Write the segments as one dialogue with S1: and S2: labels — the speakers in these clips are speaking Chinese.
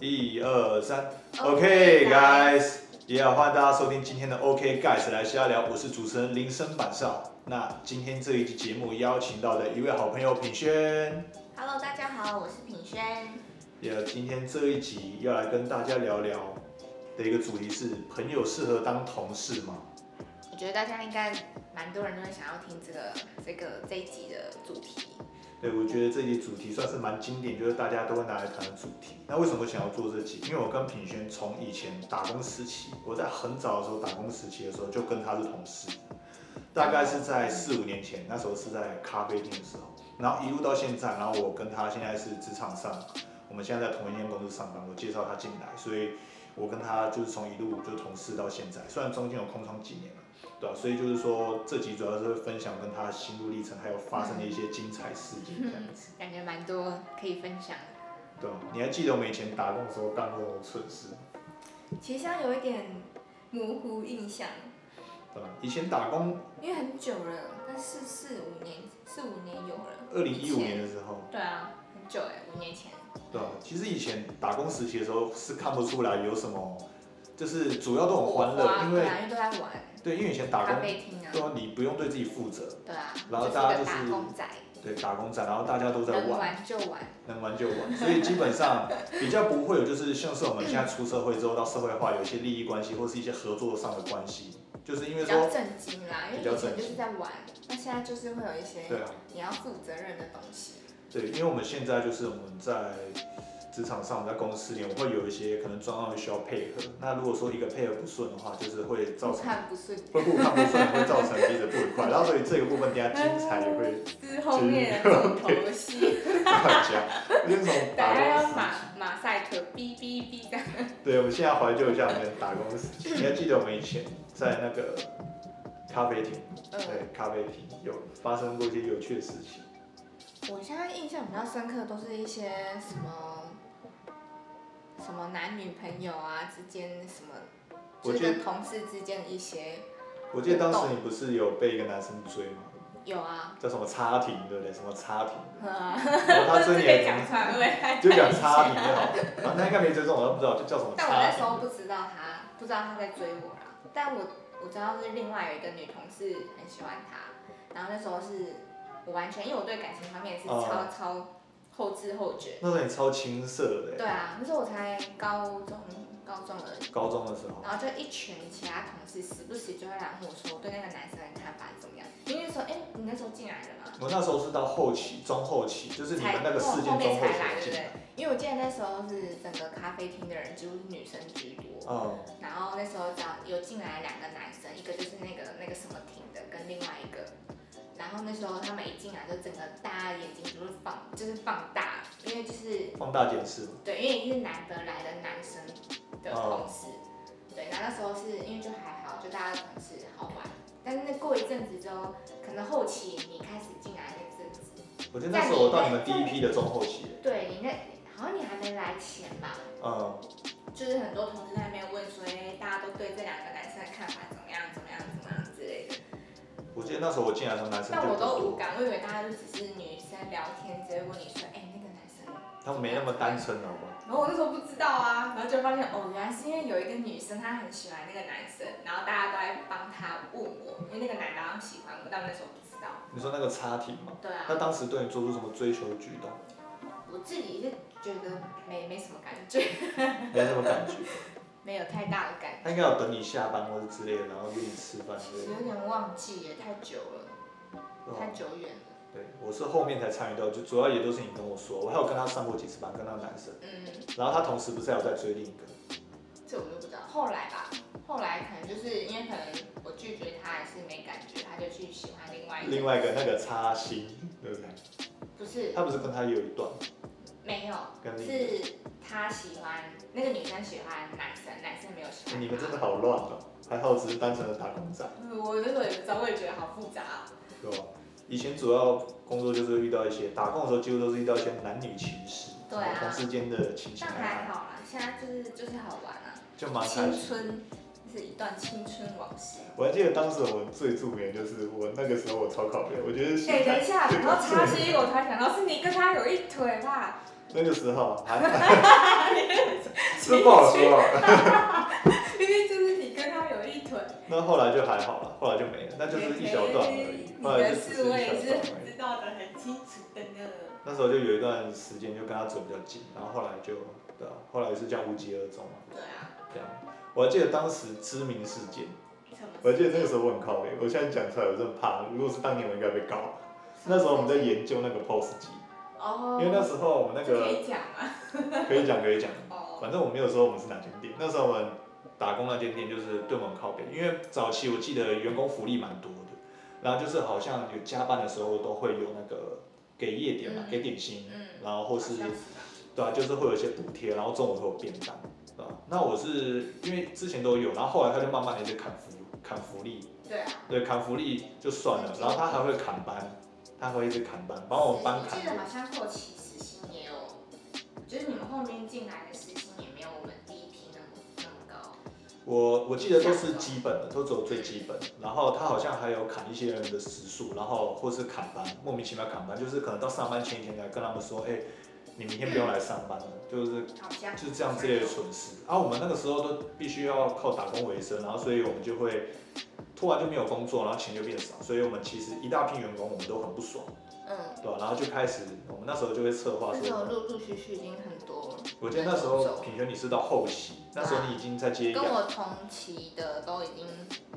S1: 一二三，OK guys，也要欢迎大家收听今天的 OK guys 来瞎聊，我是主持人林森板少。那今天这一期节目邀请到的一位好朋友品轩，
S2: Hello，大家好，我是品轩。
S1: 也今天这一集要来跟大家聊聊的一个主题是：朋友适合当同事吗？
S2: 我觉得大家应该蛮多人都会想要听这个这个这一集的主题。
S1: 对，我觉得这集主题算是蛮经典，就是大家都会拿来谈的主题。那为什么想要做这集？因为我跟品轩从以前打工时期，我在很早的时候打工时期的时候就跟他是同事，大概是在四五年前，那时候是在咖啡店的时候，然后一路到现在，然后我跟他现在是职场上，我们现在在同一间公司上班，我介绍他进来，所以我跟他就是从一路就同事到现在，虽然中间有空窗几年了。对啊，所以就是说，这集主要是会分享跟他心路历程，还有发生的一些精彩事件这样子。
S2: 感觉蛮多可以分享的。
S1: 对啊，你还记得我们以前打工的时候干过什么蠢事吗？
S3: 其实上有一点模糊印象，
S1: 对吧？以前打工，
S3: 因为很久了，但是四五年四五年有了。
S1: 二零一五年的时候，
S2: 对啊，
S3: 很久哎、五年前。
S1: 对吧？其实以前打工时期的时候是看不出来有什么，就是主要都很欢乐，因
S2: 对
S1: 为
S2: 啊，因为都在玩
S1: 对，因为以前打
S2: 咖
S1: 工，
S2: 啡厅啊
S1: 对，啊，你不用对自己负责，
S2: 对啊，
S1: 然后大家就是
S2: 是个打工仔，
S1: 对，打工仔，然后大家都在
S2: 能
S1: 玩，
S2: 玩就玩。
S1: 能玩就玩，所以基本上比较不会有就是像是我们现在出社会之后到社会化有一些利益关系或是一些合作上的关系，就是因为
S2: 比较
S1: 说，
S2: 震惊啦，因
S1: 比较
S2: 为
S1: 震
S2: 以前就
S1: 惊
S2: 是在玩，
S3: 那现在就是会有一些
S1: 对啊。
S2: 你要负责任的东西。
S1: 对，因为我们现在就是我们在职场上，我们在公司里，我们会有一些可能专案会需要配合。那如果说一个配合不顺的话，就是会造
S2: 不
S1: 成
S2: 看不顺，
S1: 会互看不顺，会造成彼此不愉快。然后所以这个部分，等一下精彩也会
S3: 是后面的重头 戏，
S1: 大家，就是从打
S2: 大家
S1: 工
S2: 要
S1: 时期。
S2: 马马赛克，哔哔哔这样。
S1: 对，我们现在怀旧一下我们的打工时期。你还记得我们以前在那个咖啡厅，
S2: 嗯，
S1: 对，咖啡厅有发生过一些有趣的事情。
S2: 我现在印象比较深刻的都是一些什么什么男女朋友啊之间什么，
S1: 我
S2: 就
S1: 觉
S2: 是
S1: 得
S2: 跟同事之间的一些
S1: 我记得当时你不是有被一个男生追吗？
S2: 有 啊，
S1: 叫什么差评，对不对？什么差评？
S2: 呵
S1: 然啊后他
S2: 这
S1: 追你
S2: 可以
S1: 也
S2: 讲出来，对
S1: 就讲差评就好了。然后他应该没追踪，我都不知道，就叫什么
S2: 但我那
S1: 差
S2: 时候
S1: 评。
S2: 不知道他，不知道他在追我啦。但我我知道是另外有一个女同事很喜欢他，然后那时候是我完全因为我对感情方面是超、
S1: 哦
S2: 超后知后觉。
S1: 那时候你超青涩的欸，欸
S2: 对啊，那时候我才高中高中而已，
S1: 高中的时候。
S2: 然后就一群其他同事时不时就会来问我说我对那个男生的看法是怎么样，因为那时候哎、你那时候进来了嘛，
S1: 我那时候是到后期、中后期，就是你们那个
S2: 后
S1: 事
S2: 后
S1: 件中
S2: 面
S1: 后
S2: 才
S1: 期
S2: 来
S1: 才
S2: 对不
S1: 进
S2: 对
S1: 来。？
S2: 因为我记得那时候是整个咖啡厅的人几乎是女生居多，
S1: 嗯，
S2: 然后那时候找有进来两个男生，一个就是那个那个什么婷的，跟另外一个。然后那时候他们一进来，就整个大家眼睛就是放，就是放大，因为就是
S1: 放大检视。
S2: 对，因为你是难得来的男生的同事，对。然后那时候是因为就还好，就大家同事好玩。但是那过一阵子之后，可能后期你开始进来那阵子，
S1: 我觉得那时候我到你们第一批的中后期欸，
S2: 对你那好像你还没来前吧，
S1: 嗯，
S2: 就是很多同事在那边问说，哎，大家都对这两个男生的看法怎么样，怎么样，怎么样之类的。
S1: 我记得那时候我进来的时候男生
S2: 但
S1: 就
S2: 我
S1: 不
S2: 都
S1: 多，
S2: 无感，我以为大家就只是女生聊天，直接问你说，哎，那个男生。
S1: 他们没那么单纯，好不好？
S2: 然后我那时候不知道啊，然后就发现哦，原来是因为有一个女生她很喜欢那个男生，然后大家都在帮她问我，因为那个男的好像喜欢我，但我那时候不知道。
S1: 你说那个差评嘛，
S2: 对
S1: 他
S2: 啊，
S1: 当时对你做出什么追求举动？
S2: 我自己是觉得没没什么感觉，
S1: 没什么感 觉。
S2: 没有太大的感
S1: 他应该有等你下班或者之类的，然后约你吃饭
S2: 觉，
S1: 之
S2: 其
S1: 类
S2: 实
S1: 的。
S2: 有点忘记也太久了，
S1: 对吧
S2: 太久远了。
S1: 对，我是后面才参与到，就主要也都是你跟我说，我还有跟他上过几次班，跟那个男生，
S2: 嗯，
S1: 然后他同时不是还有在追另一个，
S2: 这我就不知道。后来吧，后来可能就是因为可能我拒绝他还是没感觉，他就去喜欢另外一个。
S1: 另外一个那个插心，对不对？
S2: 不是
S1: 他不是跟他也有一段，
S2: 没有，
S1: 跟另一
S2: 是他喜欢那个女生喜欢男生，男生没有喜
S1: 个，
S2: 欢。
S1: 哎你们真的。好乱哦，还好只是单纯的打工仔，
S2: 嗯我那时候也不知道，我也觉得好复杂、啊。
S1: 对吧？以前主要工作就是遇到一些打工的时候，几乎都是遇到一些男女情事，
S2: 对啊
S1: 同事间的情情
S2: 但
S1: 爱
S2: 还
S1: 爱，
S2: 好啦，现在就是就是好玩啊，
S1: 就蛮开
S2: 青
S1: 心。
S2: 春是一段青春往 事。
S1: 我还记得当时我们最著名的就是我那个时候我超考的，我觉得现
S2: 哎、
S1: 在
S2: 等一下，然后 插西，我突然想到是你跟他有一腿吧？
S1: 那个时候还这不好说啊。
S3: 明明就是你跟他有一腿，
S1: 那后来就还好了，后来就没了，那就是一小段而已。
S3: 你
S1: 后
S3: 的
S1: 来就只
S3: 事
S1: 是一
S3: 我也
S1: 小
S3: 是
S1: 段而已。
S3: 知道的很清楚的呢。
S1: 那时候就有一段时间就跟他走比较近，然后后来就对啊，后来是这样无疾而终嘛，
S3: 对啊，
S1: 这样。我还记得当时知名事件，
S3: 什么？
S1: 我还记得那个时候我很靠北，我现在讲出来我真的怕，如果是当年我应该被告。那时候我们在研究那个 POS 机，
S3: 哦，
S1: 因为那时候我们那
S3: 这可
S1: 个
S3: 以讲啊。
S1: 可以讲可以讲，
S3: 哦，
S1: 反正我没有说我们是哪间店，那时候我们打工那间店就是对我们很靠北，因为早期我记得员工福利蛮多的，然后就是好像有加班的时候都会有那个给夜点嘛，
S3: 嗯
S1: 给点心，
S3: 嗯，
S1: 然后或是
S3: 好像
S1: 对啊，就是会有一些补贴，然后中午会有便当，对吧、那我是因为之前都有，然后后来他就慢慢的一直砍福砍福利，
S3: 对啊，
S1: 对，砍福利就算了，然后他还会砍班，他会一直砍班，帮我们班
S2: 我
S1: 砍
S2: 记。得好像后期时薪也有，哦就是你们后面进来的时薪也没有我们第一批那么那么高。
S1: 我我记得都是基本的，都只有最基本。然后他好像还有砍一些人的时数，然后或是砍班，莫名其妙砍班，就是可能到上班前一天才跟他们说，哎、你明天不用来上班了，就是
S2: 好像
S1: 就是这样之类的损失。啊，我们那个时候都必须要靠打工为生，然后所以我们就会突然就没有工作，然后钱就变少，所以我们其实一大批员工我们都很不爽，
S2: 嗯，
S1: 对吧、然后就开始，我们那时候就会策划
S2: 那时候
S1: 说，
S2: 陆陆续续已经很多了，
S1: 我记得那时候品轩你是到后期，那时候你已经在接
S2: 跟
S1: 养。
S2: 我同期的都已经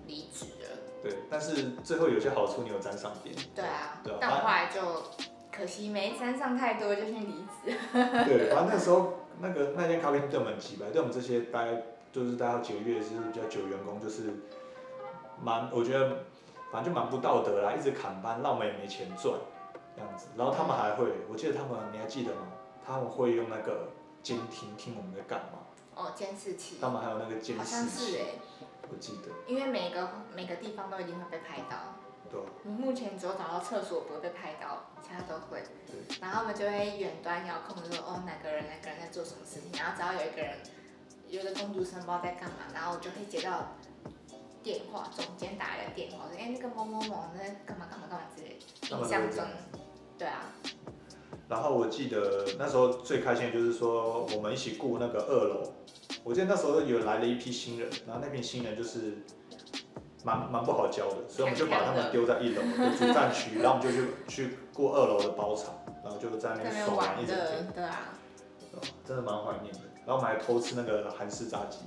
S2: 离职了。
S1: 对，但是最后有些好处你有沾上边。
S2: 对啊
S1: 对啊，
S2: 但我后来就可惜没沾上太多，就先离职。
S1: 对，反正那时候那个那间咖啡厅对我们很鸡掰，对我们这些大概就是大概几个月是比较久的员工，就是蛮我觉得反正就蛮不道德啦，一直砍班，让我们也没钱赚这样子。然后他们还会，我记得他们你还记得吗？他们会用那个监听听我们在干嘛，
S2: 哦，监视器，
S1: 他们还有那个监
S2: 好像
S1: 视
S2: 是
S1: 器
S2: 哎、，
S1: 我记得，
S2: 因为每个每个地方都一定会被拍到。
S1: 对啊
S2: 你目前只有找到厕所不会被拍到，其他都会。
S1: 对
S2: 然后我们就会远端遥控说，哦，哪个人哪个人在做什么事情，然后只要有一个人，有一个工读生不知道在干嘛，然后我就会接到电话，总监打来的电话说，哎、那个某某某那干嘛干嘛干嘛之类的，
S1: 他们都
S2: 印
S1: 会
S2: 象
S1: 这
S2: 中
S1: 样，
S2: 对啊，
S1: 然后我记得那时候最开心的就是说我们一起雇那个二楼，我记得那时候有来了一批新人，然后那批新人就是蛮蛮不好教的，所以我们就把他们丢在一楼的主战区，然后我们就去去雇二楼的包场，然后就在那
S2: 在那
S1: 边
S2: 边
S1: 爽玩一
S2: 玩
S1: 整
S2: 的
S1: 天，，
S2: 对啊，
S1: 哦真的蛮怀念的。然后我们还偷吃那个韩式炸鸡，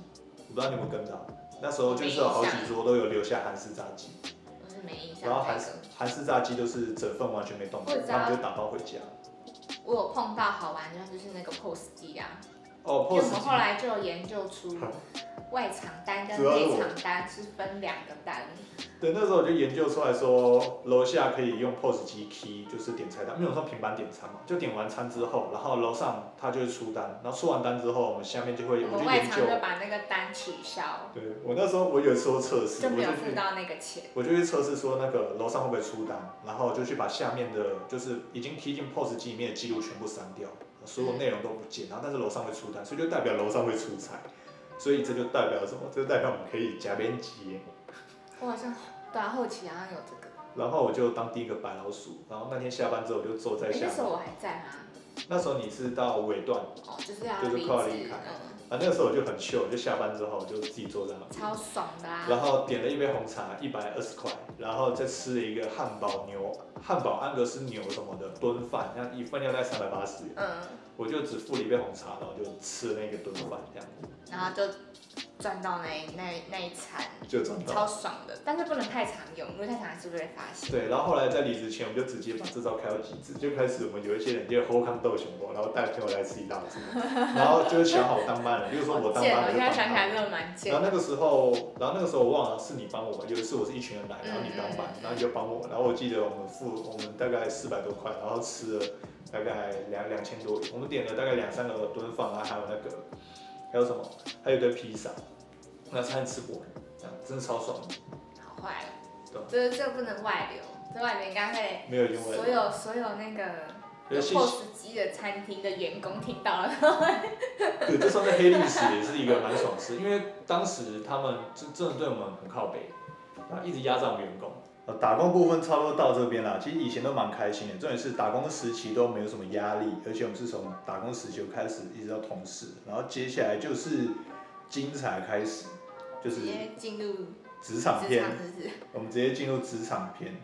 S1: 我不知道你有没有跟到，那时候就是有好几桌都有留下韩式炸鸡，
S2: 我是没印象
S1: 然后
S2: 这
S1: 韩式
S2: 个。
S1: 韩式炸鸡都是整份完全没动过，
S2: 我知道
S1: 然后我们就打包回家。
S2: 我有碰到好玩的，就是那个 POS 机啊，
S1: 哦
S2: 因为我
S1: ，POS
S2: 们
S1: 机
S2: 后来就有研究出 外场单跟内场单是分两个单。
S1: 对，那时候我就研究出来说，楼下可以用 POS 机 key，就是点菜单，因为我们说平板点餐嘛，就点完餐之后，然后楼上他就会出单，然后出完单之后，我们下面就会，
S2: 我
S1: 我
S2: 们
S1: 就
S2: 外
S1: 研
S2: 场
S1: 究
S2: 就。把那个单取消，
S1: 对我那时候我有一次我测试，
S2: 就
S1: 我
S2: 没
S1: 就
S2: 有付
S1: 去
S2: 到那个钱。
S1: 我就去测试说那个楼上会不会出单，然后我就去把下面的就是已经 key 进 POS 机里面的记录全部删掉，所有内容都不见，然后但是楼上会出单，所以就代表楼上会出菜，所以这就代表什么？这就代表我们可以加边接。
S2: 我好像对啊，后期好像有这个。
S1: 然后我就当第一个白老鼠，然后那天下班之后我就坐在
S2: 哎，
S1: 下
S2: 那时候
S1: 面。
S2: 我还在吗？
S1: 那时候你是到尾段，
S2: 哦，就是要
S1: 就是
S2: 离
S1: 快要离
S2: 职
S1: 开，
S2: 嗯，
S1: 啊，那个时候我就很秀，就下班之后我就自己坐在那边，
S2: 超爽的啊。
S1: 然后点了一杯红茶，一百二十块，然后再吃了一个汉堡牛、汉堡安格斯牛什么的炖饭，那一份要在三百八十元，
S2: 嗯，
S1: 我就只付了一杯红茶，然后就吃了那个炖饭，这样子
S2: 然后就赚到那那那一餐，
S1: 就赚到。
S2: 超爽的。但是不能太常用，因为太常用是不是会发现？
S1: 对，然后后来在离职前，我们就直接把这招开到极致，就开始我们有一些人就喝康斗熊猫，然后带朋友来吃一大桌，然后就是想好当班人，比如说我当
S2: 贱，
S1: 班
S2: 我
S1: 人
S2: 现
S1: 就
S2: 在
S1: 当
S2: 想起来
S1: 班
S2: 真
S1: 人。
S2: 的蛮贱
S1: 然后。那个时候，然后那个时候我忘了是你帮我吧，有一次我是一群人来，然后你当
S2: 嗯
S1: 班，然后你就帮我，然后我记得我们付我们大概四百多块，然后吃了大概两两千多元，我们点了大概两三个炖饭啊，还有那个还有什么，还有一堆披萨，那餐吃不完，这样真的超爽的，
S2: 好坏了，
S1: 对
S2: 就是这不能外流，这外流应该会
S1: 没有因为
S2: 所有所有那个
S1: 有
S2: 有
S1: 信息
S2: POS 机的餐厅的员工听到了，
S1: 对，这算是黑历史，也是一个蛮啊爽事，因为当时他们真真的对我们很靠北，然后一直压榨我们员工，呃，打工部分差不多到这边啦。其实以前都蛮开心的，重点是打工时期都没有什么压力，而且我们是从打工时期就开始一直到同事，然后接下来就是精彩开始，就是
S3: 直接进入
S1: 职场
S3: 职
S1: 篇，
S3: 场，是不是？
S1: 我们直接进入职场篇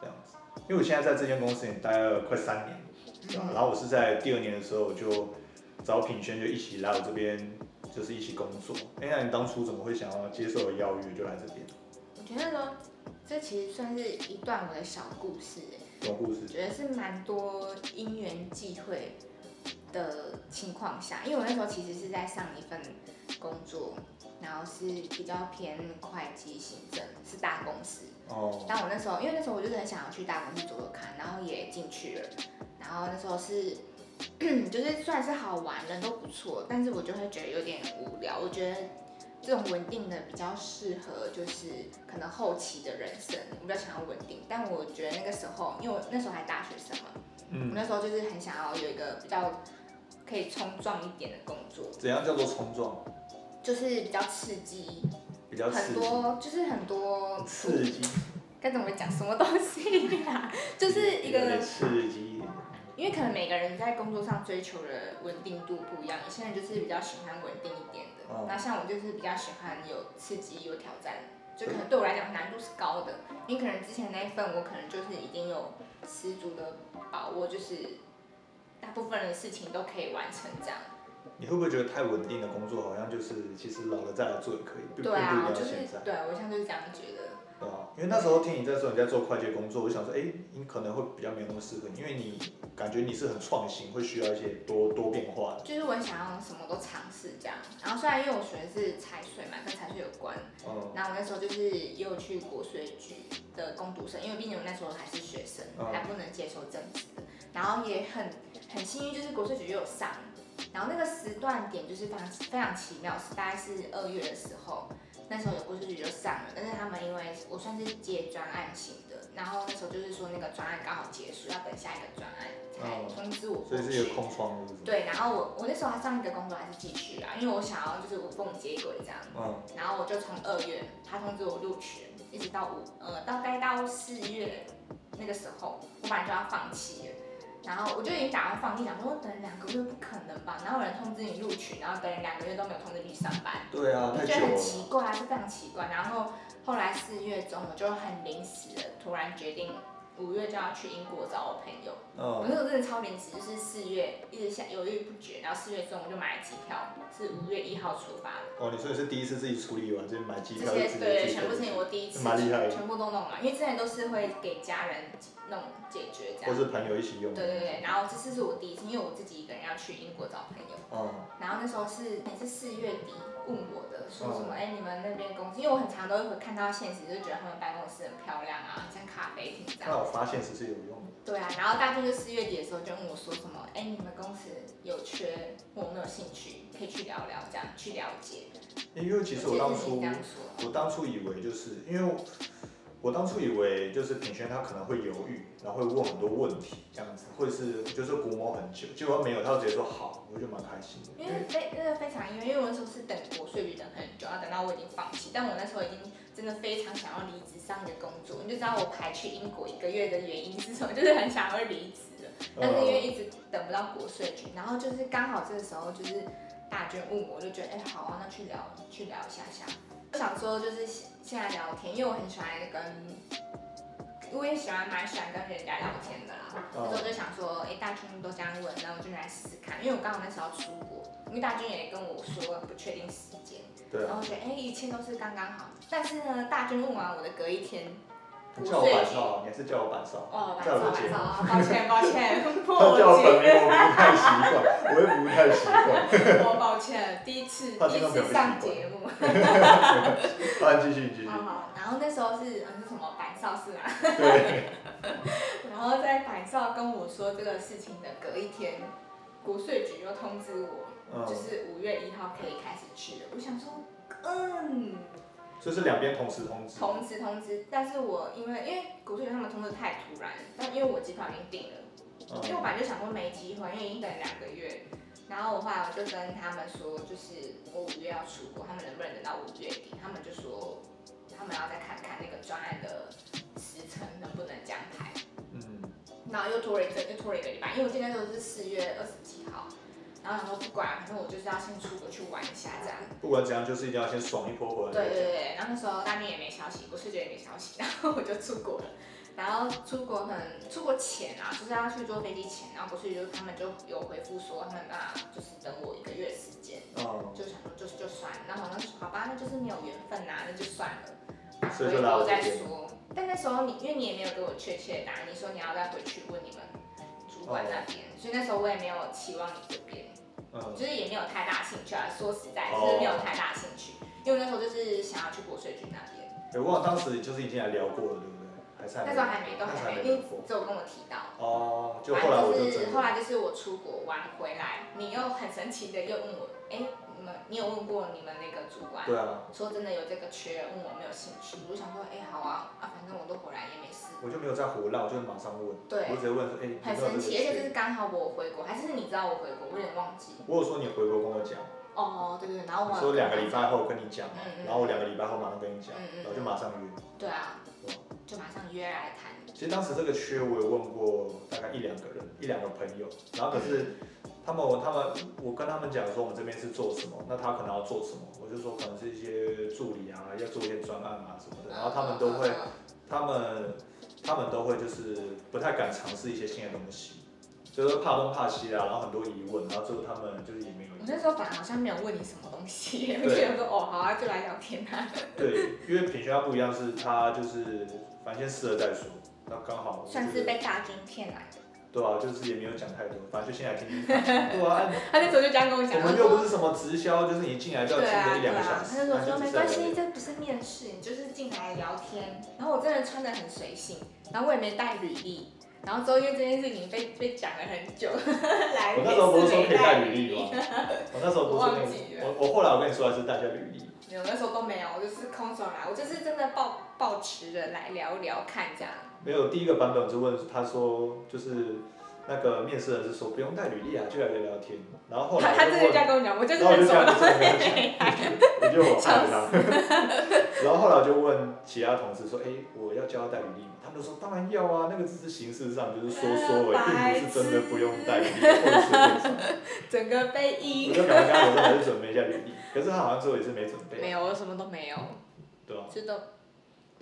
S1: 这样子。因为我现在在这间公司也待了快三年，对吧、
S3: 嗯
S1: 然后我是在第二年的时候我就找品轩就一起来我这边，就是一起工作。哎、那你当初怎么会想要接受我邀约就来这边？
S2: 我觉得说，这其实算是一段我的小故事欸，
S1: 什么故事
S2: 我？觉得是蛮多因缘际会的情况下，因为我那时候其实是在上一份工作，然后是比较偏会计行政，是大公司。
S1: 哦，
S2: 但我那时候，因为那时候我就是很想要去大公司走走看，然后也进去了。然后那时候是， 就是算是好玩，人都不错，但是我就会觉得有点无聊。我觉得这种稳定的比较适合，就是可能后期的人生，我比较想要稳定。但我觉得那个时候，因为我那时候还大学生嘛，我
S1: 嗯，
S2: 那时候就是很想要有一个比较可以冲撞一点的工作，
S1: 怎样叫做冲撞？
S2: 就是比较刺激，
S1: 比较刺
S2: 很
S1: 激，
S2: 多就是很多
S1: 刺激，
S2: 该怎么讲什么东西呀、 就是一
S1: 有
S2: 个
S1: 点，刺激一点。
S2: 因为可能每个人在工作上追求的稳定度不一样，有些人就是比较喜欢稳定一点的
S1: 哦，
S2: 那、像我就是比较喜欢有刺激、有挑战，就可能对我来讲难度是高的，因为可能之前那一份我可能就是已经有十足的把握，就是大部分的事情都可以完成这样。
S1: 你会不会觉得太稳定的工作好像就是其实老了再来做也可以，并并
S2: 对
S1: 不一定
S2: 啊，
S1: 要
S2: 就是
S1: 现在，
S2: 对我现在就是这样觉得。
S1: 对吧？因为那时候听你在说你在做会计工作，我就想说，哎、你可能会比较没有那么适合你，因为你感觉你是很创新，会需要一些多多变化的。
S2: 就是我很想要什么都尝试这样，然后虽然因为我学的是财税嘛，跟财税有关，
S1: 嗯
S2: 然后我那时候就是也有去国税局的攻读生，因为毕竟我那时候还是学生，
S1: 嗯
S2: 还不能接受政治的。然后也很很幸运，就是国税局就有上，然后那个时段点就是非常非常奇妙，是大概是二月的时候，那时候有国税局就上了，但是他们因为我算是接专案型的，然后那时候就是说那个专案刚好结束，要等下一个专案
S1: 嗯
S2: 才通知我
S1: 所
S2: 过
S1: 以是一
S2: 去
S1: 个。空窗，是不是？，
S2: 对，然后我我那时候还上一个工作还是继续啊，因为我想要就是无缝接轨这样。
S1: 嗯，
S2: 然后我就从二月，他通知我录取，一直到五，呃，大概到四月那个时候，我本来就要放弃了，然后我就已经打算放弃，想说等两个月不可能吧，哪有人通知你录取，然后等两个月都没有通知你去上班，
S1: 对啊，
S2: 我
S1: 太
S2: 就觉
S1: 久
S2: 得很
S1: 了。
S2: 奇怪，是非常奇怪。然后后来四月中，我就很临时的突然决定五月就要去英国找我朋友，我
S1: 嗯，
S2: 那时候真的超临时，就是四月一直想犹豫不决，然后四月中我就买了机票，是五月一号出发的。
S1: 哦，你说你是第一次自己处理完，这买机
S2: 这
S1: 票
S2: 些
S1: 就直接
S2: 对
S1: 自己
S2: 全部
S1: 处理，
S2: 是我第一次，
S1: 蛮厉害的
S2: 全部都弄完，因为之前都是会给家人弄解决这
S1: 或
S2: 样。
S1: 是朋友一起用。
S2: 对对对，然后这次是我第一次，因为我自己一个人要去英国找朋友，
S1: 嗯，
S2: 然后那时候是也是四月底问我的，说什
S1: 嗯
S2: 么哎、你们那边公司，因为我很常都会看到现实，就觉得他们办公室很漂亮啊，像咖啡厅这
S1: 那
S2: 样。
S1: 我发现其实有用的。
S2: 对啊，然后大舅就四月底的时候就问我说什么，哎、你们公司有缺，我有没有兴趣，可以去聊聊这样，去了解。
S1: 因为其实我
S2: 记得
S1: 当
S2: 是你
S1: 初
S2: 这样说。
S1: 我当初以为就是因为我我当初以为就是品轩他可能会犹豫，然后会问很多问题这样子，或者是就是估摸很久，结果没有，他就直接说好，我就蛮开心的。
S2: 因为非那个非常意外，因为我那时候是等国税局等很久，要等到我已经放弃，但我那时候已经真的非常想要离职上一个工作，你就知道我排去英国一个月的原因是什么，就是很想要离职了，但是
S1: 呃
S2: 因为一直等不到国税局，然后就是刚好这个时候就是大娟问我，我就觉得哎、好啊，那去聊去聊一下下，我想说就是现现在聊天，因为我很喜欢跟。我也喜欢蛮喜欢跟人家聊天的啦，那时候
S1: 嗯
S2: 就想说，哎、大军都这样问，那我就来试试看，因为我刚好那时候要出国，因为大军也跟我说不确定时间，
S1: 对
S2: 然
S1: 啊，
S2: 后我觉得哎、一切都是刚刚好。但是呢，大军问完我的隔一天，
S1: 你
S2: 国
S1: 叫我
S2: 税
S1: 板
S2: 局
S1: 少，你还是叫我板少。
S2: 哦，晚
S1: 在
S2: 上
S1: 我的节目
S2: 晚上，哦抱歉抱歉，
S1: 他叫我本名，我不
S2: 觉
S1: 太习惯，我也不太习惯。
S2: 得我哦抱歉，第一次
S1: 他听
S2: 第一
S1: 到没有
S2: 次上节目，
S1: 啊，继续，你继续
S2: 好。好，然后那时候是嗯是什么板少是吗？
S1: 对，
S2: 然后在板少跟我说这个事情的隔一天，国税局又通知我，
S1: 嗯
S2: 就，是五月一号可以开始去了。我想说，嗯，
S1: 所以是两边同时通知。
S2: 通知通知，但是我因为因为国税局他们通知太突然，但因为我机票已经订了，因为我
S1: 嗯，
S2: 本来就想说没机会，因为已经等两个月。然后我后来我就跟他们说，就是我五月要出国，他们能不能等到五月底？他们就说他们要再看看那个专案的时程能不能这样排，
S1: 嗯，
S2: 然后又拖了一阵，又拖了一个礼拜，因为我记得那时候是四月二十几号，然后想说不管，反正我就是要先出国去玩一下这样。
S1: 不管怎样，就是一定要先爽一波回来
S2: 对
S1: 再
S2: 对
S1: 讲。
S2: 对，然后那时候大面也没消息，我睡觉也没消息， 然后我就出国了。然后出国可能出国前啊，就是要去坐飞机前，然后不是就他们就有回复说他们那就是等我一个月时间，
S1: 哦，
S2: 就想说就就算了，那好像是好吧，那就是没有缘分呐、那就算了，
S1: 所以
S2: 回
S1: 就拉回
S2: 国再
S1: 去
S2: 说。但那时候你因为你也没有给我确切的答案，你说你要再回去问你们主管那边，
S1: 哦
S2: 所以那时候我也没有期望你这边，
S1: 嗯，
S2: 就是也没有太大兴趣啊。说实
S1: 哦
S2: 在，就是没有太大兴趣，因为那时候就是想要去国税局那
S1: 哎
S2: 边，
S1: 我忘了当时就是已经来聊过了，对不对？还是还没
S2: 那时候还没都
S1: 那时候
S2: 还
S1: 还
S2: 没，
S1: 没
S2: 因为
S1: 聊过
S2: 只有跟我提到。
S1: 哦，就
S2: 反
S1: 后来我
S2: 正
S1: 就
S2: 就是
S1: 真
S2: 后
S1: 的，
S2: 来就是我出国玩回来，你又很神奇的又问我，哎、你们你有问过你们那个主管？
S1: 对啊，
S2: 说真的有这个缺，问我没有兴趣，我就想说，哎、好啊，啊，反正我都回来也没事。
S1: 我就没有再胡闹，我就马上问，我
S2: 对
S1: 直，接问说，哎，你有
S2: 很
S1: 没有这
S2: 神
S1: 个
S2: 奇，而且就
S1: 缺
S2: 是刚好我回国，还是你知道我回国，我有点忘记。
S1: 我有说你回国跟我讲，
S2: 哦，对对对，然后我
S1: 你说两个礼拜后跟你讲嘛
S2: 嗯，嗯
S1: 然后我两个礼拜后马上跟你讲
S2: 嗯，嗯
S1: 然后就马上约。
S2: 对啊
S1: 哇，
S2: 就马上约来谈。
S1: 其实当时这个缺我有问过大概一两个人，一两个朋友，然后可是他们我他们我跟他们讲说我们这边是做什么，那他可能要做什么，我就说可能是一些助理啊，要做一些专案啊什么的，然后他们都会，他们他们都会就是不太敢尝试一些新的东西，就是怕东怕西啊，然后很多疑问，然后最后他们就是也没有
S2: 我那时候反而好像没有问你什么东 西，我
S1: 对
S2: 就想说，哦，好啊，就来聊天啊。
S1: 对，因为品学它不一样是他就是反正先试了再说，那刚好我
S2: 算
S1: 觉
S2: 是
S1: 得
S2: 被大军骗来的，
S1: 对啊，就是也没有讲太多，反正就先来听听看。 对啊，
S2: 他那时候就这样跟我讲，
S1: 我
S2: 他
S1: 们又
S2: 说
S1: 不是什么直销，就是你进来就要
S2: 对
S1: 听个
S2: 啊，
S1: 一
S2: 对
S1: 两个
S2: 啊
S1: 小，时。
S2: 他就
S1: 那
S2: 说
S1: 只
S2: 没
S1: 是在
S2: 关系，
S1: 聊
S2: 这不是面试，你就是进来聊天。然后我真的穿的很随性，然后我也没带履历。然后之后因为这件事情被被讲了很久， 来
S1: 我那时候不是说
S2: 每次
S1: 可以
S2: 没
S1: 带
S2: 带
S1: 履历吗？我那时候不
S2: 我
S1: 是
S2: 忘
S1: 跟
S2: 记
S1: 你，
S2: 了
S1: 我我后来我跟你说的是大家履历，
S2: 没有，那时候都没有，我就是空手来，我就是真的抱抱持着来聊聊看这样。
S1: 没有第一个版本就问他说就是那个面试人是说不用带履历啊，就来聊聊天。然后后
S2: 他
S1: 来
S2: 他
S1: 我就
S2: 真的
S1: 问
S2: 这，样跟我讲，我就是
S1: 然后我就这
S2: 很什么
S1: 样
S2: 都
S1: 就这样跟他讲
S2: 没
S1: 我
S2: 来。
S1: 觉得我害了他。 然后后来我就问其他同事说：“哎、我要教他带履历吗？”他们都说：“当然要啊，那个只是形式上就是说说而已，并不是真的不用带履历 或者是为什么。
S2: 整个被”
S1: 我
S2: 阴。
S1: 就赶快跟他说：“还是准备一下履历。”可是他好像最后也是没准备，啊
S2: 没有，我什么都没有，
S1: 对吧、
S2: 就都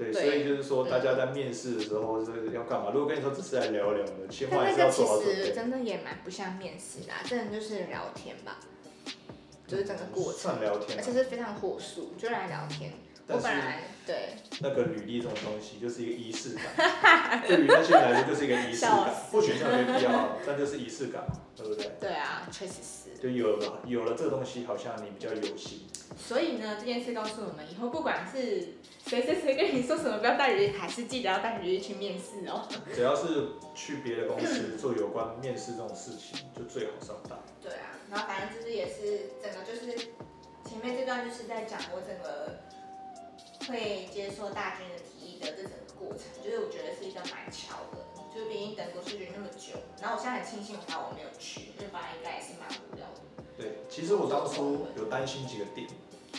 S1: 对，
S2: 对
S1: 所以就是说，大家在面试的时候是要干嘛？如果跟你说只是来聊聊的，千万
S2: 但
S1: 还
S2: 那
S1: 是要
S2: 个其
S1: 做好准
S2: 实
S1: 备。
S2: 真的也蛮不像面试啦，真的就是聊天吧，就是整个过程，
S1: 算聊天啊、
S2: 而且是非常火速，就来聊天。我
S1: 但
S2: 本
S1: 是
S2: 来对
S1: 那个履历这种东西就是一个仪式感，对于那些人来说就是一个仪式
S2: 笑
S1: 感，不选项没必要，但就是仪式感嘛，对不对？
S2: 对啊，确实是。
S1: 就有了有了这个东西，好像你比较有心。
S2: 所以呢，这件事告诉我们，以后不管是谁谁谁跟你说什么不要带履历，还是记得要带履历去面试哦。
S1: 只要是去别的公司做有关面试这种事情，就最好上当。
S2: 对啊，然后反正就是也是整个就是前面这段就是在讲我整个会接受大军的提议的这整个过程，就是我觉得是一个蛮巧的，就是毕竟等国税局那么久，然后我现在很庆幸还好我没有去，因为本来应该也是蛮无聊的。
S1: 对，其实我当初有担心几个点，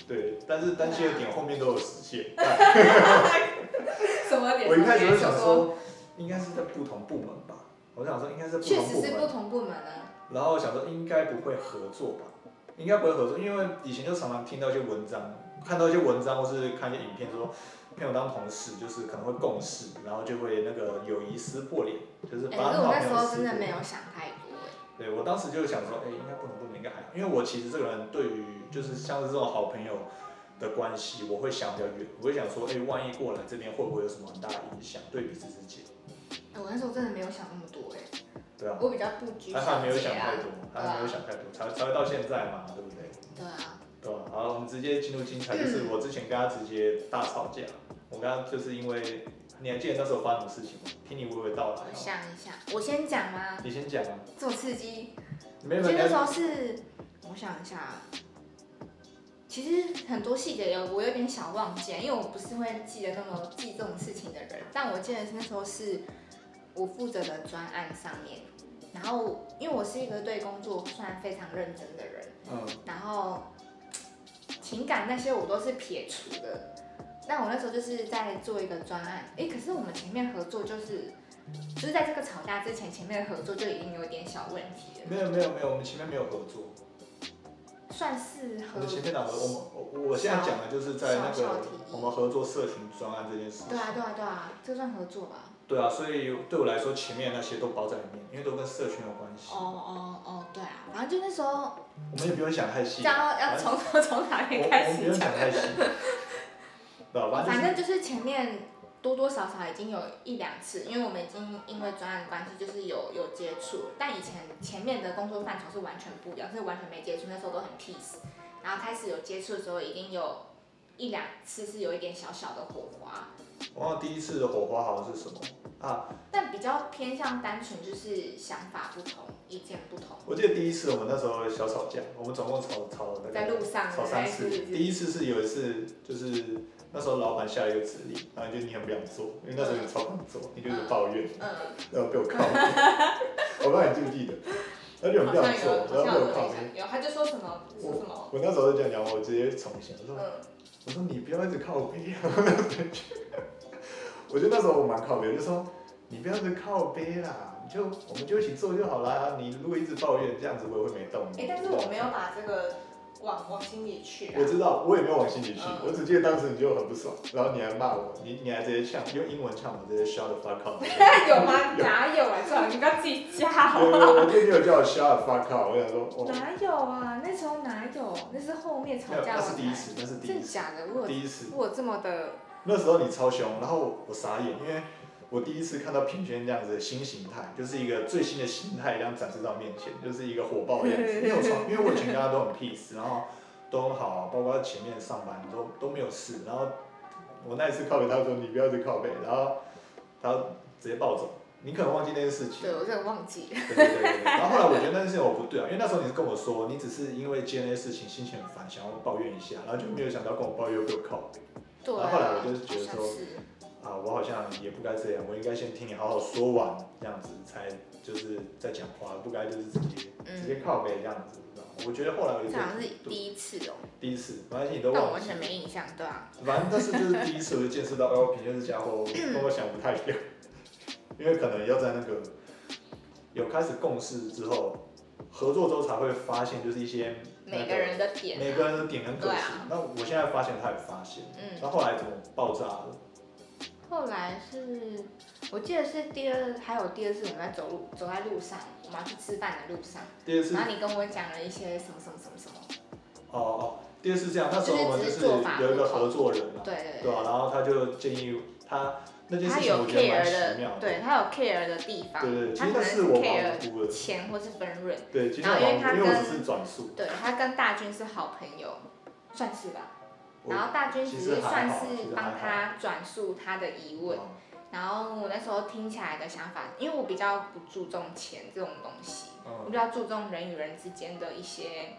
S1: 对，但是担心的点后面都有实现。
S2: 什么点？
S1: 我一开始就想
S2: 说，
S1: 说，应该是在不同部门吧，我想说应该是不
S2: 确
S1: 同
S2: 实
S1: 部
S2: 是
S1: 门
S2: 不，同部门啊。
S1: 然后想说应该不会合作吧，应该不会合作，因为以前就常常听到一些文章，看到一些文章或是看一些影片说，朋友当同事就是可能会共事，然后就会那个友谊撕破脸，就是
S2: 哎、
S1: 把
S2: 可是
S1: 很
S2: 我
S1: 好
S2: 那
S1: 朋
S2: 时
S1: 友
S2: 候
S1: 撕
S2: 真的
S1: 破
S2: 没。有想太多、哎
S1: 对我当时就想说，哎、应该不能不能应该还好，因为我其实这个人对于就是像是这种好朋友的关系，我会想比较远，我会想说，哎、万一过来这边会不会有什么很大的影响对彼此之间？
S2: 哎我那时候真的没有想那么多、哎，
S1: 对啊，
S2: 我比较不拘小节
S1: 他
S2: 啊。
S1: 还没有想太多，他还没有想太多，才才会到现在嘛，对不对？
S2: 对啊，
S1: 对吧、好，我们直接进入精彩，
S2: 嗯
S1: 就是我之前跟他直接大吵架，我跟他就是因为你还记得那时候发生什么事情吗？听你娓娓道来
S2: 我
S1: 哦。
S2: 想一下，我先讲吗？
S1: 你先讲啊，
S2: 这么刺激。
S1: 没有
S2: 我
S1: 没
S2: 觉
S1: 有没
S2: 得那时
S1: 有，
S2: 候是，我想一下啊，其实很多细节有我有点小忘记，啊因为我不是会记得那么记这种事情的人，但我记得那时候是我负责的专案上面，然后因为我是一个对工作算非常认真的人，
S1: 嗯，
S2: 然后情感那些我都是撇除的，那我那时候就是在做一个专案，哎，可是我们前面合作就是，就是在这个吵架之前，前面的合作就已经有点小问题了，
S1: 没有没有没有，我们前面没有合作，
S2: 算是
S1: 我
S2: 合
S1: 们前面的合，我们我我现在讲的就是在那
S2: 小小
S1: 个
S2: 提议
S1: 我们合作社群专案这件事情
S2: 对。啊对啊对啊，这算合作吧？
S1: 对啊，所以对我来说，前面那些都包在里面，因为都跟社群有关系
S2: 哦。哦哦，对啊，反正就那时候
S1: 我们也不用想太细，
S2: 这样要
S1: 啊反正
S2: 从头 从哪
S1: 我
S2: 里
S1: 我
S2: 开
S1: 们不
S2: 始
S1: 用
S2: 讲
S1: 想？太细，对吧？
S2: 反
S1: 反正
S2: 正就是前面多多少少已经有一两次，因为我们已经因为专案关系就是有有接触，但以前前面的工作范畴是完全不一样，是完全没接触，那时候都很 peace。然后开始有接触的时候，已经有一两次是有一点小小的火花，
S1: 就是我忘了第一次的火花好像是什么啊？
S2: 但比较偏向单纯就是想法不同，意见不同，
S1: 我记得第一次我们那时候小吵架，我们总共吵吵了大概
S2: 在路上
S1: 吵三次。
S2: 对
S1: 第一次是有一次就是那时候老板下了一个指令，然后就你很不想做，因为那时候你超想做，你就是抱怨，
S2: 嗯，
S1: 然后被我靠背， 我不知道你记不记得，然后就很
S2: 好
S1: 不
S2: 像
S1: 想做然后被
S2: 有，，好像
S1: 我靠
S2: 有
S1: 背。
S2: 印象有，他就说什么说什么，
S1: 我那时候就这样讲，我直接重想，我说
S2: 嗯，
S1: 我说你不要一直靠背啊，我觉得那时候我蛮靠背，我就说你不要一直靠背啦，你就我们就一起做就好啦。你如果一直抱怨这样子，我也会没动力。
S2: 哎，但是我没有把这个往往心里去啊。
S1: 我知道，我也没有往心里去，
S2: 嗯
S1: 我只记得当时你就很不爽，然后你还骂我，你你还直接呛，用英文呛我，直接 shut the fuck up。
S2: 有吗？哪有啊？最好你不要自己加好
S1: 有
S2: 吗？
S1: 有，我记得你有叫我 shut the fuck up，我想说，哦，
S2: 哪有啊？那时候哪有？那是后面吵
S1: 没有，
S2: 架
S1: 那
S2: 完
S1: 是第一次，那是
S2: 才
S1: 第
S2: 真
S1: 一
S2: 的
S1: 次，
S2: 假的？我有
S1: 第一次。
S2: 我有这么的
S1: 那时候你超凶，然后我傻眼，因为我第一次看到品轩这样子的新形态，就是一个最新的形态，这样展示到面前，就是一个火爆的样子。因为我从，因为我以前跟他都很 peace，然后都很好啊，包括前面上班都都没有事。然后我那一次靠北，他说你不要去靠北，然后他直接暴走。你可能忘记那件事情，
S2: 对我真的忘记了。
S1: 对对对对。对然后后来我觉得那件事情我不对啊，因为那时候你是跟我说，你只是因为接那些事情心情很烦，想要抱怨一下，然后就没有想到跟我抱怨被我靠北。
S2: 对啊，
S1: 然后后来我就是觉得说
S2: 好像是
S1: 啊，我好像也不该这样，我应该先听你好好说完，这样子才就是在讲话，不该就是直接、直接
S2: 嗯，
S1: 靠背这样子，你知道吗？我觉得后来我就
S2: 这
S1: 觉
S2: 好像
S1: 得
S2: 是第一次哦，
S1: 第一次，反正你都
S2: 但我
S1: 忘
S2: 完
S1: 记
S2: 全，没印象，对啊。
S1: 反正但是就是第一次我就见 识到，哦，平这家伙跟我想不太一样，因为可能要在那个有开始共识之后，合作之后才会发现就是一些那
S2: 每个人的点，啊
S1: 每个人的点跟个
S2: 对
S1: 性
S2: 啊。
S1: 那我现在发现他也发现，
S2: 嗯，
S1: 那后来怎么爆炸了？
S2: 后来是我记得是第二，还有第二次我们在走路，走在路上，我们要去吃饭的路上，
S1: 第二次
S2: 然后你跟我讲了一些什么什么什么什么，
S1: 哦哦，第二次这样，那时候我们就是有一个合作人嘛，
S2: 对对
S1: 对啊，然后他就建议他那件
S2: 他
S1: 事情，我
S2: 有
S1: 觉得
S2: care
S1: 蛮奇妙
S2: 的，对他有 care 的地方，
S1: 对对，其
S2: 他
S1: 实那
S2: 可能
S1: 是
S2: 是
S1: 我忙
S2: care
S1: 乎了，
S2: 钱或是分润，
S1: 对，其实
S2: 然
S1: 我
S2: 后因
S1: 忙
S2: 为他
S1: 乎，因为我
S2: 跟
S1: 只是转述，
S2: 对他跟大军是好朋友，算是吧。
S1: 我
S2: 然后大军
S1: 其
S2: 只
S1: 实
S2: 是
S1: 还
S2: 算
S1: 好其
S2: 是
S1: 实还
S2: 帮他转述他的疑问，
S1: 哦
S2: 然后我那时候听起来的想法，因为我比较不注重钱这种东西，我
S1: 嗯
S2: 比较注重人与人之间的一些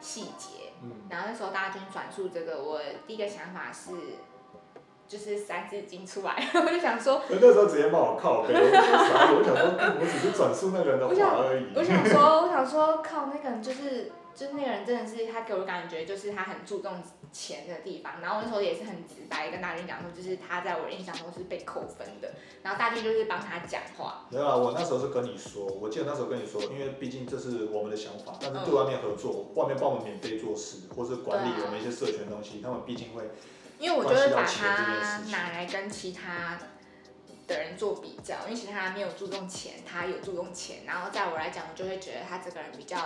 S2: 细节。
S1: 嗯，
S2: 然后那时候大军转述这个，我第一个想法是，就是三字经出来， 我就想说，
S1: 那时候直接骂我靠背，我就傻眼，我想说，我只是转述那个人的
S2: 我想
S1: 话而已，
S2: 我想说，我想说，靠，那个人就是，就是那个人真的是，他给我感觉就是他很注重钱的地方。然后我那时候也是很直白跟大军讲说，就是他在我的印象中是被扣分的。然后大军就是帮他讲话，
S1: 没有啊，我那时候是跟你说，我记得那时候跟你说，因为毕竟这是我们的想法，但是对外面合作，外面帮我们免费做事，或是管理
S2: 嗯对啊
S1: 我们一些社群的东西，他们毕竟会
S2: 因为我就会把他拿来跟其他的人做比较，因为其他人没有注重钱，他有注重钱。然后在我来讲，我就会觉得他这个人比较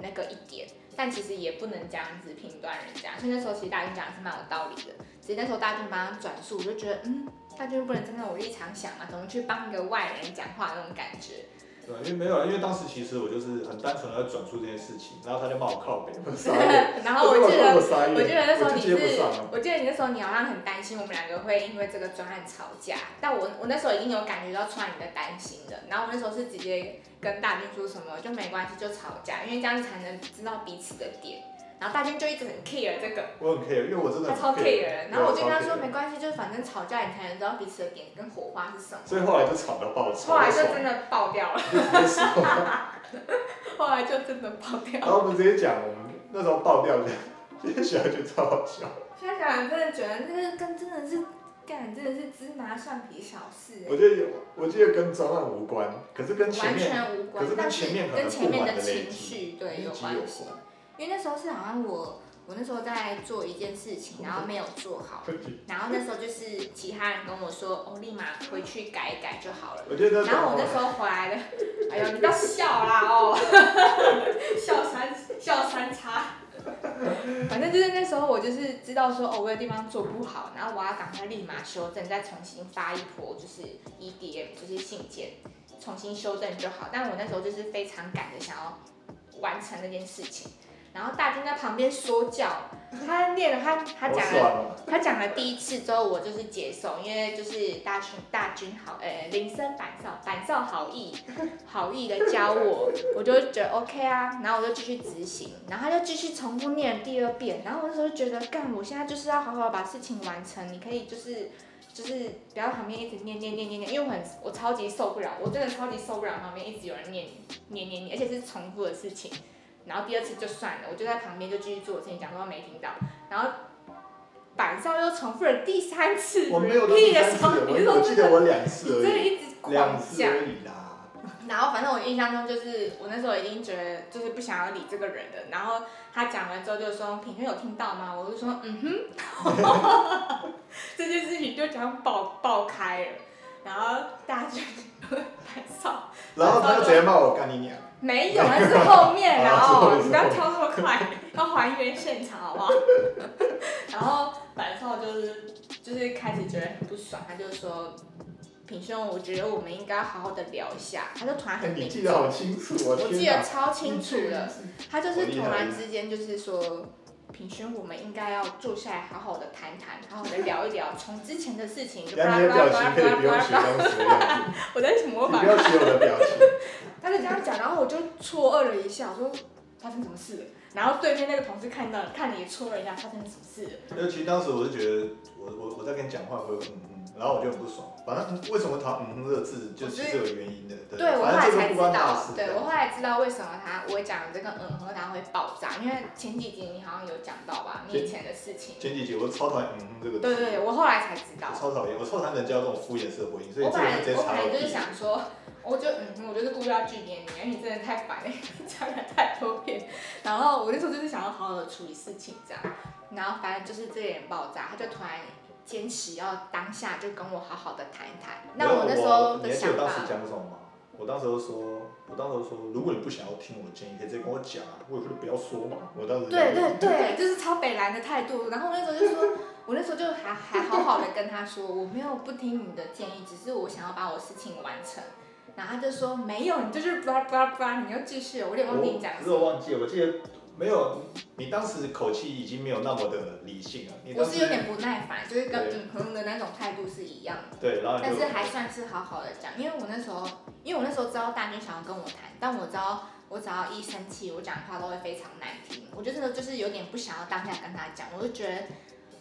S2: 那个一点。但其实也不能这样子评断人家，所以那时候其实大军讲的是蛮有道理的。其实那时候大军帮他转述，我就觉得，嗯，大军不能站在我立场想啊，怎么去帮一个外人讲话那种感觉。
S1: 对，因为没有啊，因为当时其实我就是很单纯的转述这件事情，然后他就骂我靠北，我傻眼，
S2: 然后我记得
S1: 我傻眼，
S2: 我记得那时候
S1: 就
S2: 你
S1: 接不
S2: 是
S1: 上啊了，，
S2: 我记得你那时候你好像很担心我们两个会因为这个专案吵架，但我我那时候已经有感觉到出来你的担心了，然后我那时候是直接跟大军说什么就没关系就吵架，因为这样才能知道彼此的点，然后大军就一直很 care 这个，
S1: 我很 care，因为我真的
S2: 他
S1: 很
S2: 超 care，的然后我就跟他
S1: 对
S2: 说
S1: 我超 care
S2: 没关系，就是反正吵架你才能知道彼此的点跟火花是什么，
S1: 所以后来就吵到爆，吵
S2: 后来
S1: 到
S2: 就真
S1: 爽，
S2: 的爆掉了，
S1: 就直接说
S2: 后来就真的爆掉
S1: 然
S2: 了，
S1: 后我们直接讲，我们那时候爆掉的，这些小孩觉得超好笑。
S2: 现在想想真的觉得那个跟真的是干真的是芝麻蒜皮小事、欸
S1: 我觉得有，我觉得跟专案无关，可是跟前
S2: 完
S1: 面
S2: 全无关，
S1: 可是跟
S2: 但
S1: 前面可
S2: 跟
S1: 能
S2: 前
S1: 不
S2: 面
S1: 满
S2: 的
S1: 累积，
S2: 情绪对有
S1: 累积
S2: 关
S1: 有
S2: 系。
S1: 关。
S2: 因为那时候是好像我我那时候在做一件事情，然后没有做好，然后那时候就是其他人跟我说，哦，立马回去改一改就好了。
S1: 我觉得那
S2: 然后我那
S1: 种
S2: 时候回来了，哎呦，你不要笑啦哦，笑三笑三叉。反正就是那时候我就是知道说哦，我有地方做不好，然后我要赶快立马修正，再重新发一波就是 EDM 就是信件，重新修正就好。但我那时候就是非常赶着想要完成那件事情，然后大军在旁边说教，他练了他他
S1: 好
S2: 讲了
S1: 爽哦
S2: 他讲了第一次之后，我就是接受，因为就是大军大军好，呃，林森板少板少好意好意的教我，我就觉得 OK 啊，然后我就继续执行，然后他就继续重复念了第二遍，然后我那时候就觉得，干，我现在就是要好好把事情完成，你可以就是。就是不要旁边一直念念念念念，因为我很我超级受不了，我真的超级受不了旁边一直有人念念念念，而且是重复的事情。然后第二次就算了，我就在旁边就继续做我事情，假装没听到。然后板上又重复了第三次，
S1: 我没有到
S2: 屁
S1: 第
S2: 的
S1: 三
S2: 时
S1: 次，
S2: 候，你
S1: 我
S2: 说
S1: 我记
S2: 真
S1: 得
S2: 的，
S1: 我两次而
S2: 真的
S1: 已，
S2: 一直
S1: 两
S2: 狂
S1: 次
S2: 讲
S1: 而。已啦。
S2: 然后反正我印象中就是我那时候已经觉得就是不想要理这个人了。然后他讲完之后就说：“品轩有听到吗？”我就说：“嗯哼。” 这件事情就这样爆爆开了。然后大家就板上
S1: 然后他就直接骂我干你娘，
S2: 没有，啊那是后面然后
S1: 啊是后面
S2: 你不要跳那么快，要还原现场好不好？然后板少就是就是开始觉得很不爽，他就说：“品兄，我觉得我们应该好好的聊一下。”他就突然
S1: 哎
S2: 很
S1: 你
S2: 凝
S1: 记得好清楚哦，
S2: 我记
S1: 天
S2: 得
S1: 哪
S2: 超清楚的，。他就是突
S1: 好厉
S2: 然
S1: 害
S2: 之间就是说，品轩，我们应该要坐下来好好的谈谈，好好的聊一聊，从之前的事情就巴
S1: 然
S2: 拉
S1: 后你的
S2: 巴拉
S1: 表
S2: 巴拉
S1: 情可
S2: 巴
S1: 以
S2: 拉
S1: 不用
S2: 巴拉
S1: 学当时的样 子，
S2: 我在模
S1: 你
S2: 仿
S1: 不。要学我的表情。
S2: 他就这样讲，然后我就错愕了一下，我说发生什么事了？然后对面那个同事看到，看你也错了一下，发生什么事了？
S1: 因为其实当时我是觉得，我我我在跟你讲话会嗯嗯，然后我就很不爽。反正为什么讨嗯嗯这个字，就其实有原因的。对，
S2: 对我后
S1: 反
S2: 来
S1: 正这
S2: 才
S1: 个
S2: 知
S1: 不关大
S2: 道
S1: 事，。
S2: 对我后来知道为什么他我讲这个嗯和他会爆炸，因为前几集你好像有讲到吧，你以前的事情。
S1: 前几集我超讨厌嗯嗯这个字，
S2: 对对对，我后来才知道
S1: 我。超讨厌，我超讨厌人家这种敷衍式的回应，所以
S2: 我
S1: 这
S2: 本
S1: 个
S2: 来
S1: 人直接
S2: 我本
S1: 查
S2: 来
S1: 我
S2: 就是
S1: 底。
S2: 想说，我就嗯，我就是故意要拒点你，因为你真的太烦了， 你讲了太多遍。然后我那时候就是想要好好的处理事情这样，然后反正就是这个人爆炸，他就突然坚持要当下就跟我好好的谈一谈。那我那时候
S1: 你
S2: 的
S1: 还记得
S2: 想
S1: 我当时
S2: 法，
S1: 讲什么吗？我当时就说，我当时就说，如果你不想要听我的建议，可以直接跟我讲啊，我也可以不要说嘛。我当时就
S2: 对对对，就是超北蓝的态度。然后我那时候就说，我那时候就还还好好的跟他说，我没有不听你的建议，只是我想要把我事情完成。然后他就说没有，你就是巴拉巴拉巴拉，你又继续了，我有点忘记你讲
S1: 我
S2: 什
S1: 只
S2: 么
S1: 有。忘记了，我记得没有，你当时口气已经没有那么的理性了。你
S2: 我
S1: 当时
S2: 是有点不耐烦，就是跟
S1: 对
S2: 嗯哼的那种态度是一样的，
S1: 对，然后
S2: 但
S1: 你就是
S2: 还算是好好的讲，因为我那时候，因为我那时候知道大军想要跟我谈，但我知道我只要一生气，我讲的话都会非常难听，我就真的就是有点不想要当下跟他讲，我就觉得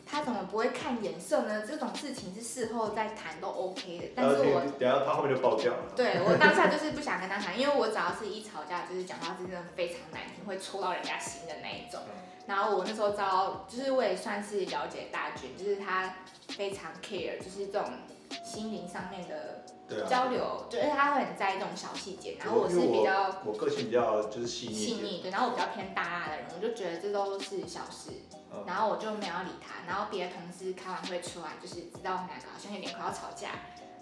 S2: 他怎么不会看眼色呢？这种事情是事后再谈都 OK 的，但
S1: 然
S2: 是
S1: 后
S2: 我
S1: 就等一下他后面就爆掉了。
S2: 对我当下就是不想跟他谈，因为我只要是一吵架，就是讲话真的非常难听，会戳到人家心的那一种。然后我那时候招，就是我也算是了解大军，就是他非常 care，就是这种心灵上面的
S1: 对啊。
S2: 交流，就是他会很在意这种小细节。然后我是
S1: 因为
S2: 比较
S1: 我个性比较就是细腻
S2: 细
S1: 一点，
S2: 腻，对，然后我比较偏大辣的人，我就觉得这都是小事，
S1: 嗯
S2: 然后我就没有理他。然后别的同事开完会出来，就是知道我们两个好像有点快要吵架，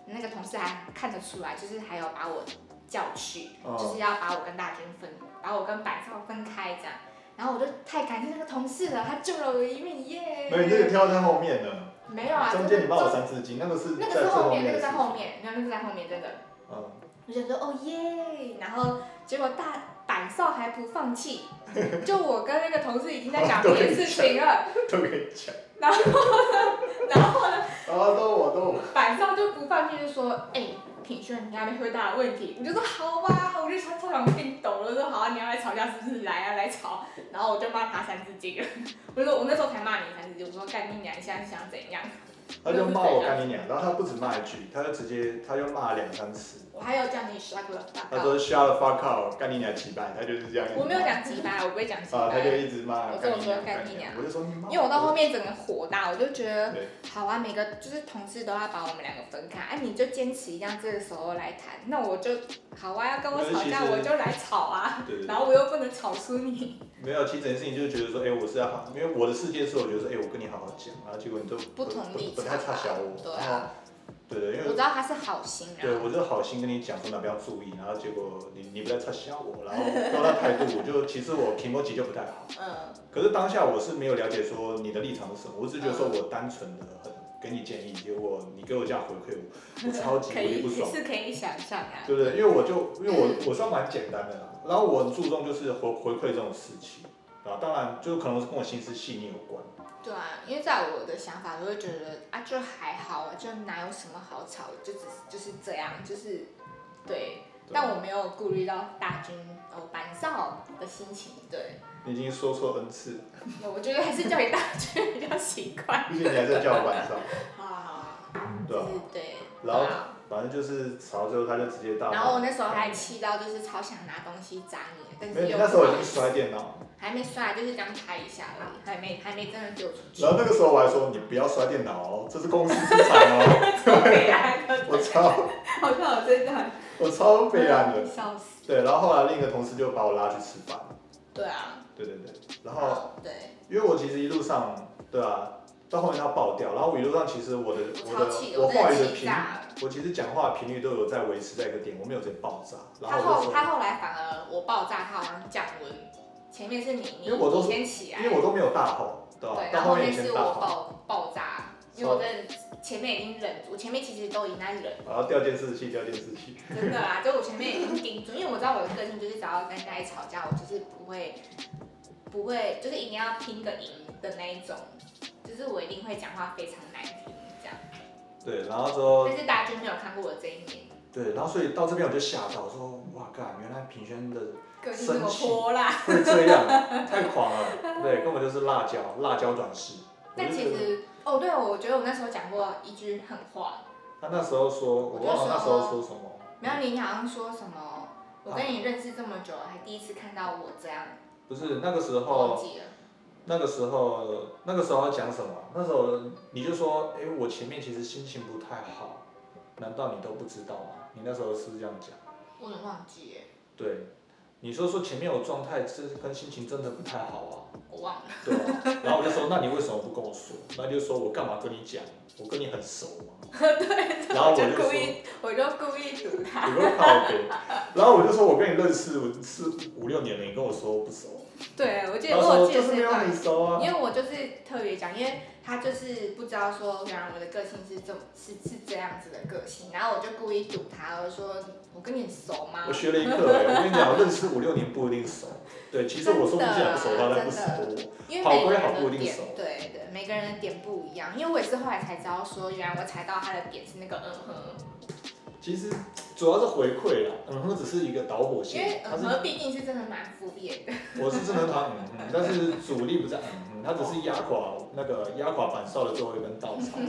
S2: 那个同事还看得出来，就是还有把我叫去，
S1: 嗯
S2: 就是要把我跟大军分，把我跟白少分开这样。然后我就太感谢那个同事了，他救了我一命耶！
S1: 没有你这个跳在后面了，
S2: 没有啊，
S1: 中间你帮我
S2: 中
S1: 三字经，那个是
S2: 那
S1: 在
S2: 个是
S1: 最
S2: 后面，那
S1: 面
S2: 个
S1: 的
S2: 在
S1: 事
S2: 后面，没有那个在后面，真的。
S1: 嗯，
S2: 我想说哦耶，然后结果大板少还不放弃， 就我跟那个同事已经
S1: 哦
S2: 在讲别的事情了，
S1: 都可以讲，
S2: 然后呢
S1: 然后都我都我，
S2: 板少就不放弃，就说哎。品轩，你还没回答我问题，我就说好吧，我就超超想跟你抖了，我就说好啊，你要来吵架是不是？来啊，来吵， 然后我就骂他三字经了，我就说我那时候才骂你三字经，我说干你娘，你现在是想怎样？
S1: 他就骂我干你娘，然后他不止骂一句，他就直接他就骂了两三次，
S2: 我还有叫你 shut the
S1: 他
S2: fuck up，
S1: 说 shut the fuck up，干你娘几百，他就是这样。
S2: 我没有讲鸡巴，我不会讲鸡
S1: 啊，
S2: 巴
S1: 他，就一直骂
S2: 我
S1: 干
S2: 跟
S1: 你
S2: 我
S1: 娘干
S2: 说干你
S1: 娘
S2: 娘，
S1: 我就说你骂，
S2: 因为我到后面整个火大，我就觉得
S1: 对
S2: 好啊，每个就是同事都要把我们两个分开，哎、啊，你就坚持一定要这个时候来谈，那我就好啊，要跟我吵架
S1: 没有其实
S2: 我就来吵啊，
S1: 对对对
S2: 然后我又不能吵输你，
S1: 没有，其实整件事情就是觉得说，哎、我是要好，因为我的世界是我觉得说，哎、我跟你好好讲，然后结果你都
S2: 不同立
S1: 不
S2: 场
S1: 太
S2: 啊
S1: 差小我，
S2: 对
S1: 然后
S2: 啊，
S1: 对对，因为
S2: 我知道他是好心啊人，
S1: 对我就好心跟你讲说哪边要注意，然后结果你你不太差小我，然后到他态度，我就其实我 i m o j i 就不太好，
S2: 嗯，
S1: 可是当下我是没有了解说你的立场是什么，我只是觉得说我单纯的很给你建议，结果你给我这样回馈我，我超级
S2: 可
S1: 无敌
S2: 以
S1: 不爽，
S2: 是可以想象啊，
S1: 对不对？因为我就因为我我算蛮简单的啦，然后我很注重就是回回馈这种事情，然后当然就可能是跟我心思细腻有关。
S2: 对啊，因为在我的想法，我会觉得啊，就还好啊，就哪有什么好吵，就只是就是这样，就是对，
S1: 对
S2: 但我没有顾虑到大军哦板少的心情，对，
S1: 你已经说错 N 次了，
S2: 那 我觉得还是叫你大军比较习惯。
S1: 毕竟你还在叫我晚上，
S2: 好啊好啊，
S1: 对吧、
S2: 就是对，
S1: 然后
S2: 对啊
S1: 反正就是吵到最后，他就直接大骂。
S2: 然后我那时候还气到就是超想拿东西砸你的，但
S1: 没
S2: 是
S1: 有，
S2: 又
S1: 那时候我
S2: 不
S1: 已
S2: 好
S1: 经
S2: 意思
S1: 摔电脑，
S2: 还没摔，就是刚拍一下而已，还没还没真的丢出去
S1: 然，后那个时候我还说你不要摔电脑哦，这是公司资产哦。
S2: 北兰的
S1: 我超
S2: 好像我真的
S1: 我超悲然的。
S2: 笑死，
S1: 对，然后后来另一个同事就把我拉去吃饭，
S2: 对啊。
S1: 对对对，然后
S2: 对，
S1: 因为我其实一路上，对啊，到后面他爆掉，然后我一路上其实我的我
S2: 我超气
S1: 的
S2: 的
S1: 我话语
S2: 我
S1: 的
S2: 真的气
S1: 频
S2: 炸了，
S1: 我其实讲话的频率都有在维持在一个点，我没有直接爆炸。然
S2: 他
S1: 后我就
S2: 后
S1: 说，
S2: 他后来反而我爆炸，他好像降温，前面是你你
S1: 因为我都
S2: 你先起来，
S1: 因为我都没有大吼，对吧、
S2: 对，
S1: 到
S2: 然后后
S1: 面
S2: 面
S1: 先
S2: 是
S1: 大
S2: 我
S1: 吼，
S2: 爆爆炸，因为我真的前面已经忍住，我前面其实都已经在忍，
S1: 然后掉监视器，掉监视器，
S2: 真的啊啦，就我前面已经顶住，因为我知道我的个性就是只要跟人家一吵架，我就是不会不会就是一定要拼个赢的那一种，就是我一定会讲话非常难听这样，
S1: 对，然后之后
S2: 但是大家就没有看过我这一面，
S1: 对，然后所以到这边我就吓到，我说哇干，原来平轩的
S2: 个性这么
S1: 生气
S2: 泼辣。
S1: 会这样， 太狂了，对，根本就是辣椒，辣椒转世。我
S2: 但
S1: 就
S2: 其
S1: 觉得
S2: 实，哦，对，我觉得我那时候讲过一句狠话，
S1: 他那时候说，我
S2: 我就
S1: 忘了那时候
S2: 说
S1: 说什么，
S2: 没有，你好像说什么，我跟你认识这么久，还第一次看到我这样，
S1: 不是那个时候
S2: 忘。记了，
S1: 那个时候，那个时候要讲什么？那时候你就说，哎、我前面其实心情不太好，难道你都不知道吗？你那时候是不是这样讲？
S2: 我有点忘记耶，
S1: 对，你说说前面我状态是跟心情真的不太好啊，
S2: 我忘了，
S1: 对啊。然后我就说，那你为什么不跟我说？那就说我干嘛跟你讲？我跟你很熟 嘛。对。然后我
S2: 就
S1: 就说，
S2: 故意，我就故意堵他，
S1: 你给我靠北。然后我就说，我跟你认识我四五六年了，你跟我说不熟，
S2: 对，我记得
S1: 然后
S2: 我有
S1: 说
S2: 记
S1: 就
S2: 得
S1: 是
S2: 这
S1: 没
S2: 一
S1: 有
S2: 段
S1: 很，熟啊。
S2: 因为我就是特别讲，因为他就是不知道说，原来我的个性是这么是是这样子的个性，然后我就故意堵他，我就说我跟你很熟吗
S1: 我？学了一课、欸，我跟你讲，我认识五六年不一定熟。对，其实我说不是很熟，
S2: 真的
S1: 他
S2: 啊
S1: 但不熟我。
S2: 因为
S1: 好
S2: 每个
S1: 归
S2: 人
S1: 好不一
S2: 的
S1: 定
S2: 点
S1: 熟，
S2: 对对，每个人的点不一样。因为我也是后来才知道说，原来我踩到他的点是那个嗯哼，
S1: 其实主要是回馈啦，嗯哼，只是一个导火
S2: 因为
S1: 线。它
S2: 嗯
S1: 是
S2: 哼毕竟是真的蛮敷衍的。
S1: 我是真的很讨厌嗯哼，但是主力不在嗯哼，它只是压垮那个压垮板少的最后一根稻草。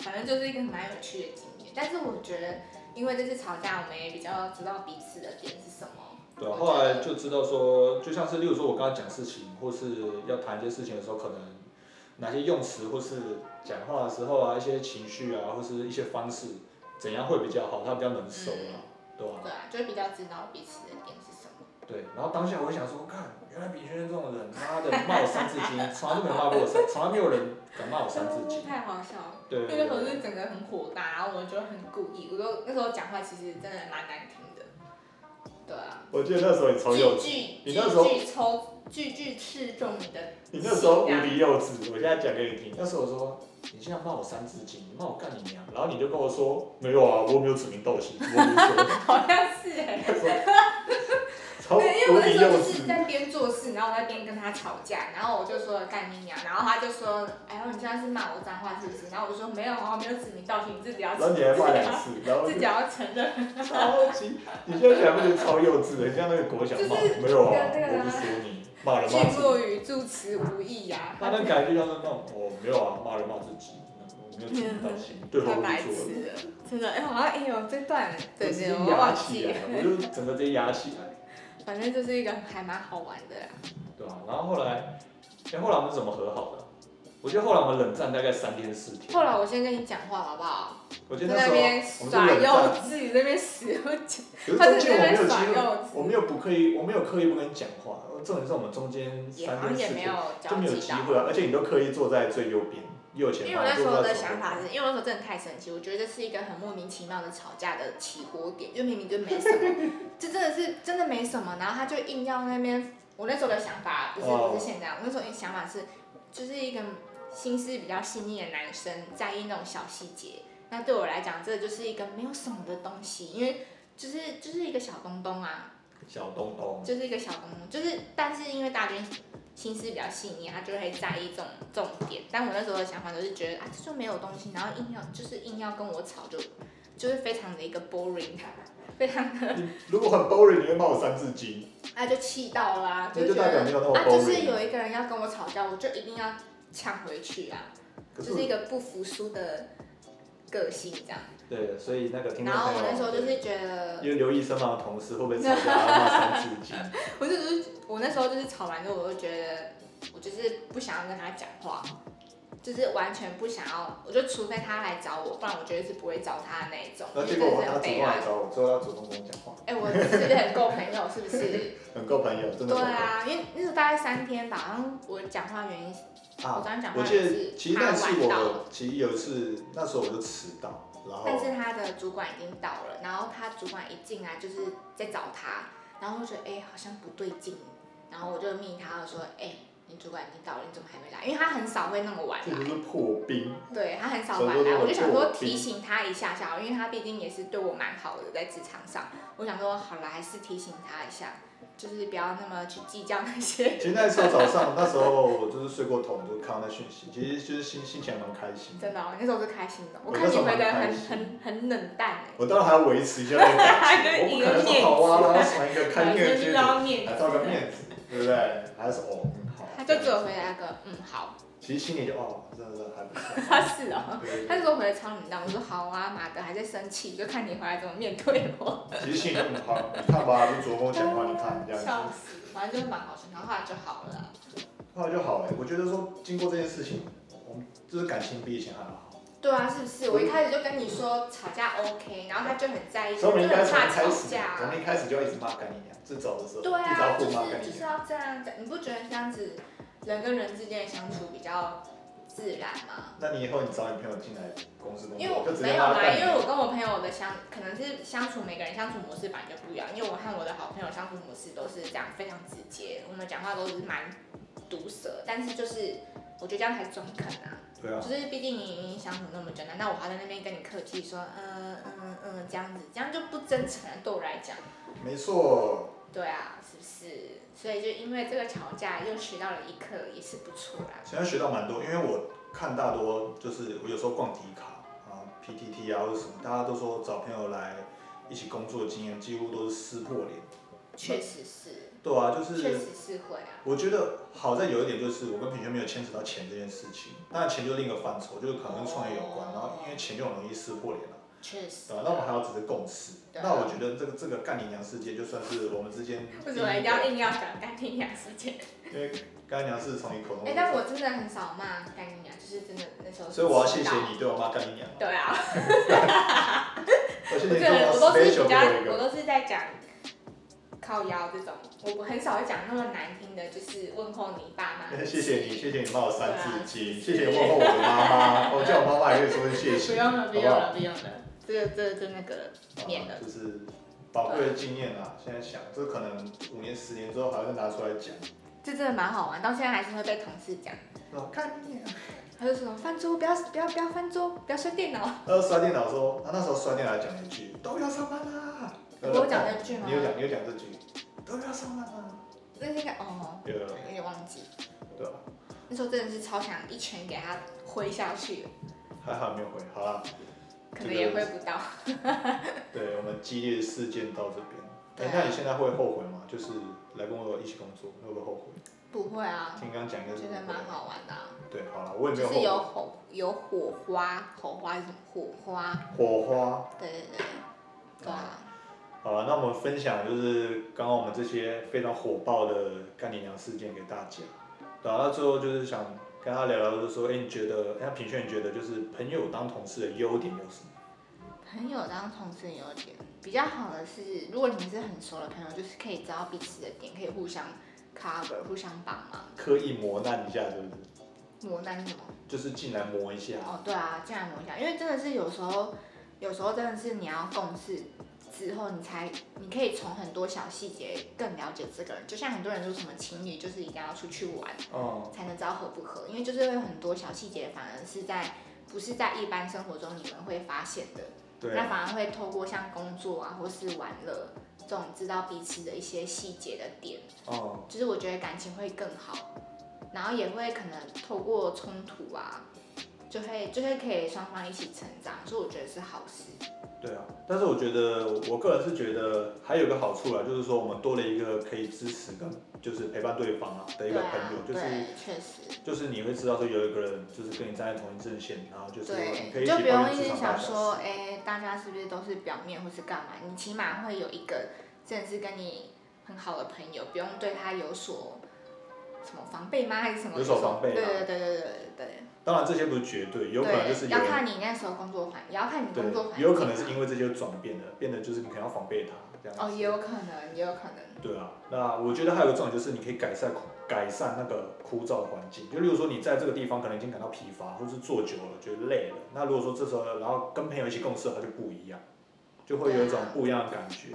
S2: 反正就是一个蛮有趣的经验。但是我觉得，因为这次吵架，我们也比较知道彼此的点是什么。
S1: 对啊，后来就知道说，就像是例如说我刚才讲事情，或是要谈一些事情的时候，可能哪些用词或是讲话的时候啊，一些情绪啊，或是一些方式，怎样会比较好，他比较能收啊，对吧、
S2: 对啊，就比较知道彼此的点是什么。
S1: 对，然后当下我就想说，看，原来炳轩这种人，妈的骂我三字经，从来都没有骂过我三，从来没有人敢骂我三字 经。
S2: 太好笑了。
S1: 对
S2: 那
S1: 对
S2: 个时候
S1: 对，
S2: 是整个很火大，然后我就很故意，我就那时候讲话其实真的蛮难听的。对啊。
S1: 我记得那时候你超幼
S2: 句
S1: 稚，
S2: 句
S1: 你那时候
S2: 句句抽句句刺中你的，
S1: 你那时候无敌幼稚，我现在讲给你听。那时候我说，你竟然骂我三字经，你骂我干你娘，然后你就跟我说，没有啊，我没有指名道姓，我没说。
S2: 好像是哎、
S1: 那时 候超
S2: 对，
S1: 无
S2: 因为我那
S1: 敌
S2: 时候
S1: 哦幼
S2: 就是
S1: 稚，
S2: 在边做事，然后我在边跟他吵架，然后我就说干你娘，然后他就说，哎呦你现在是骂我脏话是不是？然后我就说没有啊，我没有指名道姓，你自己要啊
S1: 然后你还骂两次，然后
S2: 自己要承认，
S1: 就超级，你现在讲不觉得超幼稚的，像那个国小骂，没有啊，
S2: 那个
S1: 我不说你，骂人骂
S2: 句
S1: 自己
S2: 末。语助词无义呀、
S1: 哦
S2: 啊
S1: 他那感觉像是那种，我没有啊，骂人骂自己，没有听到心，对
S3: 太
S1: 号入
S3: 白
S1: 座了。
S3: 痴了。
S2: 真的，哎、好像哎呦这段，对
S1: 我直
S2: 对，
S1: 接
S2: 我
S1: 压
S2: 忘
S1: 起
S2: 记
S1: 来
S2: 了，，
S1: 我就整个直接压起来，
S2: 反正就是一个还蛮好玩的啦。
S1: 对吧、然后后来，哎，后来我们是怎么和好的？我觉得后来我们冷战大概三天四天。
S2: 后来我先跟你讲话好不好？
S1: 我觉
S2: 在
S1: 得那时候我
S2: 那边
S1: 们就
S2: 耍
S1: 冷
S2: 幼
S1: 战，
S2: 稚，那边使我讲，
S1: 可是
S2: 他
S1: 中
S2: 是
S1: 间我
S2: 在那
S1: 没有
S2: 边耍
S1: 机会，
S2: 幼
S1: 我
S2: 稚，
S1: 没有不刻意，我没有刻意不跟你讲话。重点是我们中间
S2: 也好
S1: 三
S2: 像
S1: 天
S2: 也
S1: 四
S2: 没
S1: 天
S2: 有
S1: 就
S2: 交
S1: 没有
S2: 集
S1: 机
S2: 到。
S1: 会啊，而且你都刻意坐在最右边，右前
S2: 因为
S1: 方
S2: 我那时
S1: 坐
S2: 候
S1: 在
S2: 的
S1: 左
S2: 想
S1: 边
S2: 法是，因为我那时候真的太生气，我觉得这是一个很莫名其妙的吵架的起火点，就明明就没什么，这真的是真的没什么，然后他就硬要那边，我那时候的想法不是
S1: 哦
S2: 不是现在，我那时候想法是，就是一个心思比较细腻的男生在意那种小细节，那对我来讲，这就是一个没有什么的东西，因为就是就是一个小东东啊，
S1: 小东东，
S2: 就是一个小公公，就是但是因为大军心思比较细腻，他就会在意这种这种点。但我那时候的想法就是觉得啊，这就没有东西，然后硬要就是硬要跟我吵就，就是非常的一个 boring，非常的
S1: 你如果很 boring，你会骂我三字经，
S2: 啊就气到了、 啊，
S1: 那
S2: 觉
S1: 就代表没
S2: 得
S1: 有那么
S2: 啊就是有
S1: boring。
S2: 一个人要跟我吵架，我就一定要抢回去啊，
S1: 可
S2: 就是
S1: 是
S2: 一个不服输的个性这样。
S1: 对，所以那个听众
S2: 然后
S1: 朋
S2: 我
S1: 友，
S2: 那时候就是觉得
S1: 因为留意身旁的同事会不会吵架然后骂三字 经，
S2: 我就只是我那时候就是吵完之后，我就觉得我就是不想要跟他讲话，就是完全不想要，我就除非他来找我，不然我绝对是不会找他的那一种。
S1: 然后结
S2: 因
S1: 果
S2: 为真
S1: 我他主
S2: 的是很
S1: 动
S2: 悲
S1: 来
S2: 哀。
S1: 找我，最后他主动跟我讲话，
S2: 哎、我是不是很够朋友？是不是？
S1: 很够朋 友，真的
S2: 对
S1: 够朋友。
S2: 啊，因为那时候大概三天吧，好像我讲话原因，我
S1: 啊，
S2: 刚刚讲话
S1: 我记
S2: 是
S1: 得其实
S2: 他
S1: 但是
S2: 晚到，
S1: 我其实有一次那时候我就迟到，然后
S2: 但是他的主管已经到了，然后他主管一进来就是在找他，然后我就觉得哎、好像不对劲，然后我就命他我说哎、你主管已经到了，你怎么还没来？因为他很少会那么晚
S1: 这
S2: 来
S1: 就，是破冰，
S2: 对他很少晚来，我就想说提醒他一下下，因为他毕竟也是对我蛮好的，在职场上，我想说好了，还是提醒他一下，就是不要那么去计较那些，
S1: 其实那时候早上，那时候我就是睡过头，就看到那讯息，其实就是心心情还蛮开心的。
S2: 真的、哦，那时候是开心的，
S1: 我
S2: 我看
S1: 那
S2: 你
S1: 时候
S2: 回的
S1: 蛮开
S2: 很
S1: 心
S2: 很很冷淡哎、
S1: 我当然还要维持一下那个感 情，我不可能说好啊，然后传一个开面
S2: 就是
S1: 接着，
S2: 要面
S1: 还
S2: 子
S1: 照个面子，对不对？还是哦，嗯好。
S2: 他就只有回答一个嗯好，
S1: 其实心里就哦，真的还不错。
S2: 他是哦。
S1: 对
S2: 他
S1: 对
S2: 那时候回来超冷淡，我说好啊，马德还在生气，就看你回来怎么面对我，
S1: 对其实心里就很好，你看吧，就主动跟我讲话，你看这样子。
S2: 笑死，反正就是蛮好笑，然后后来就好了啦。
S1: 后来就好了、我觉得说经过这件事情，我们就是感情比以前还要好。
S2: 对啊，是不是？我一开始就跟你说吵架 OK，然后他就很在意，
S1: 所以我
S2: 就
S1: 们应
S2: 很
S1: 该从
S2: 怕
S1: 一开
S2: 吵
S1: 始
S2: 架，
S1: 我
S2: 啊。
S1: 们一开始就要一直骂干你娘，自走的时候，
S2: 对
S1: 一直要
S2: 啊，就
S1: 互骂干你
S2: 是就是
S1: 娘。
S2: 要这样子，你不觉得这样子人跟人之间的相处比较自然吗？
S1: 那你以后你找你朋友进来公司工
S2: 因为我
S1: 作，就直
S2: 没
S1: 接
S2: 有
S1: 骂
S2: 啦，
S1: 干你
S2: 因为我
S1: 娘。
S2: 跟我朋友的相，可能是相处每个人相处模式本来就不一样。因为我和我的好朋友相处模式都是这样，非常直接，我们讲话都是蛮毒舌，但是就是我觉得这样才中肯啊。
S1: 对啊，
S2: 就是毕竟你已经相处那么久，难道我还在那边跟你客气说，嗯嗯嗯这样子，这样就不真诚了，啊对我来讲，
S1: 没错。
S2: 对啊，是不是？所以就因为这个吵架又学到了一课，也是不错啦。
S1: 现在学到蛮多，因为我看大多就是我有时候逛迪卡啊、PTT 啊或者什么，大家都说找朋友来一起工作的经验几乎都是撕破脸。
S2: 确实是，
S1: 对啊，就
S2: 确
S1: 是
S2: 实是会啊。
S1: 我觉得好在有一点就是我跟品轩没有牵扯到钱这件事情，当然钱就是另一个范畴，就是可能跟创业有关，
S2: 哦
S1: 然后因为钱就很容易撕破脸了、
S2: 确实
S1: 对啊吧、那我们还要只是共识。
S2: 对啊
S1: 那我觉得这个这个干你娘事件就算是我们之间第
S2: 为
S1: 一
S2: 什么一定要
S1: 个，
S2: 硬要讲干爹娘事情？
S1: 因为干你娘是从你口中 说
S2: 哎、
S1: 出
S2: 但
S1: 来，
S2: 我真的很少骂干爹娘，就是真的那时候。
S1: 所以我要谢谢。你对我妈干你娘，
S2: 对啊，
S1: 我谢谢你
S2: 我
S1: 对
S2: 这个人
S1: 我
S2: 我
S1: 妈
S2: 都是
S1: special
S2: 比
S1: 给
S2: 较
S1: 我一，
S2: 我
S1: 个，
S2: 都是在讲靠腰这种，我我很少会讲那么难听的，就是问候你爸妈。
S1: 哎 谢谢你，谢谢你骂我三字经，
S2: 对啊
S1: 谢谢问候我的妈妈，我叫我妈妈也可以说声谢谢，
S2: 不用了，
S1: 好
S2: 不
S1: 不
S2: 用
S1: 好？
S2: 了，不用了，这个这个就那个了。免了
S1: 啊就是宝贵的经验啊！现在想，这可能五年、十年之后还会拿出来讲。
S2: 这真的蛮好玩，到现在还是会被同事讲，
S1: 那我看你，
S2: 他就说翻桌，不要不要不要翻桌，不要摔电脑。
S1: 然后摔电脑说，啊他那时候摔电脑讲一句，都不要上班啦。
S2: 我有讲这句吗
S1: 你有讲，你有讲这句，都不要上班啊啦。
S2: 那是一个哦，
S1: 对啊，
S2: 有点忘记，
S1: 对啊，
S2: 那时候真的是超想一拳给他挥下去，
S1: 还好没有回。好 啦，
S2: 可能也挥不到。
S1: 对我们激烈事件到这边。
S2: 对
S1: 哎
S2: 啊，
S1: 那你现在会后悔吗？就是来跟我一起工作，会不会后悔？
S2: 不会啊，
S1: 听你刚刚讲一
S2: 我
S1: 个，
S2: 觉得蛮。好玩的、啊，
S1: 对，好了，我也没
S2: 就
S1: 有
S2: 是有
S1: 后
S2: 火有火花，火花是什么？火花，
S1: 火花。
S2: 对对对，对啊，
S1: 好了，那我们分享就是刚刚我们这些非常火爆的干你娘事件给大家。然后、那最后就是想跟他聊聊，就是说，哎，你觉得，那品轩，你觉得就是朋友当同事的优点有什么？
S2: 朋友当同事有点比较好的是，如果你们是很熟的朋友，就是可以知道彼此的点，可以互相 cover，互相帮忙。
S1: 刻意磨难一下，对不对？
S2: 磨难是什么？
S1: 就是进来磨一下。
S2: 哦，对啊，这样磨一下，因为真的是有时候，有时候真的是你要共事之后，你才你可以从很多小细节更了解这个人。就像很多人说什么情侣就是一定要出去玩
S1: 哦，
S2: 才能知道合不合，因为就是会有很多小细节，反而是在不是在一般生活中你们会发现的，
S1: 对啊
S2: 那反而会透过像工作啊或是玩乐这种知道彼此的一些细节的点。
S1: 哦，
S2: 就是我觉得感情会更好，然后也会可能透过冲突啊，就会就会可以双方一起成长，所以我觉得是好事。
S1: 对啊。但是我觉得，我个人是觉得还有一个好处啦，就是说我们多了一个可以支持跟就是陪伴对方啊的一
S2: 对
S1: 个
S2: 啊
S1: 朋友，，就是
S2: 对，确实，
S1: 就是你会知道说有一个人就是跟你站在同一阵线，然后就是你可以
S2: 对，
S1: 一
S2: 就
S1: 起
S2: 不用
S1: 抱
S2: 一
S1: 怨职
S2: 直
S1: 场大
S2: 想
S1: 小
S2: 说，
S1: 事。
S2: 哎，大家是不是都是表面或是干嘛？你起码会有一个真的是跟你很好的朋友，不用对他有所什么防备吗？还是什么？
S1: 有所防备啊
S2: 对对对对对对对。
S1: 当然这些不是绝对，有可能就是
S2: 对，
S1: 有
S2: 要
S1: 人
S2: 看你那时候工作环，也要看你
S1: 对
S2: 工作环，境。
S1: 有可能是因为这些转变的，变得就是你可能要防备他这样
S2: 哦，
S1: 子。
S2: 也有可能，也有可能。
S1: 对啊，那我觉得还有一个重点就是你可以改善改善那个枯燥环境，就例如说你在这个地方可能已经感到疲乏，或是坐久了觉得累了，那如果说这时候然后跟朋友一起共事，它就不一样，就会有一种不一样的感觉。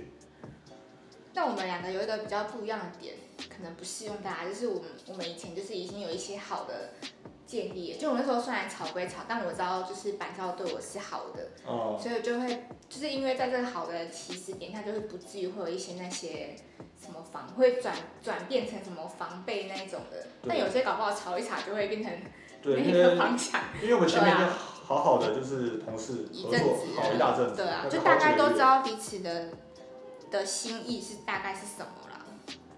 S2: 但我们两个有一个比较不一样的点，可能不适用大家，就是我们我们以前就是已经有一些好的建议了，就我那时候虽然吵归吵，但我知道就是板少对我是好的，
S1: 哦、
S2: 所以我就会就是因为在这个好的起始点，他就是不至于会有一些那些什么防会转转变成什么防备那一种的，
S1: 对
S2: 但有些搞不好吵一吵就会变成
S1: 对，
S2: 另
S1: 因
S2: 一
S1: 为
S2: 个方向，
S1: 因为我们前面
S2: 对啊
S1: 好好的就是同事
S2: 一
S1: 合
S2: 阵
S1: 作
S2: 子
S1: 好一大阵子，
S2: 对啊
S1: 那，个
S2: 就
S1: 好
S2: 大
S1: 几
S2: 概
S1: 个
S2: 都
S1: 月
S2: 知道彼此的的心意是大概是什么啦，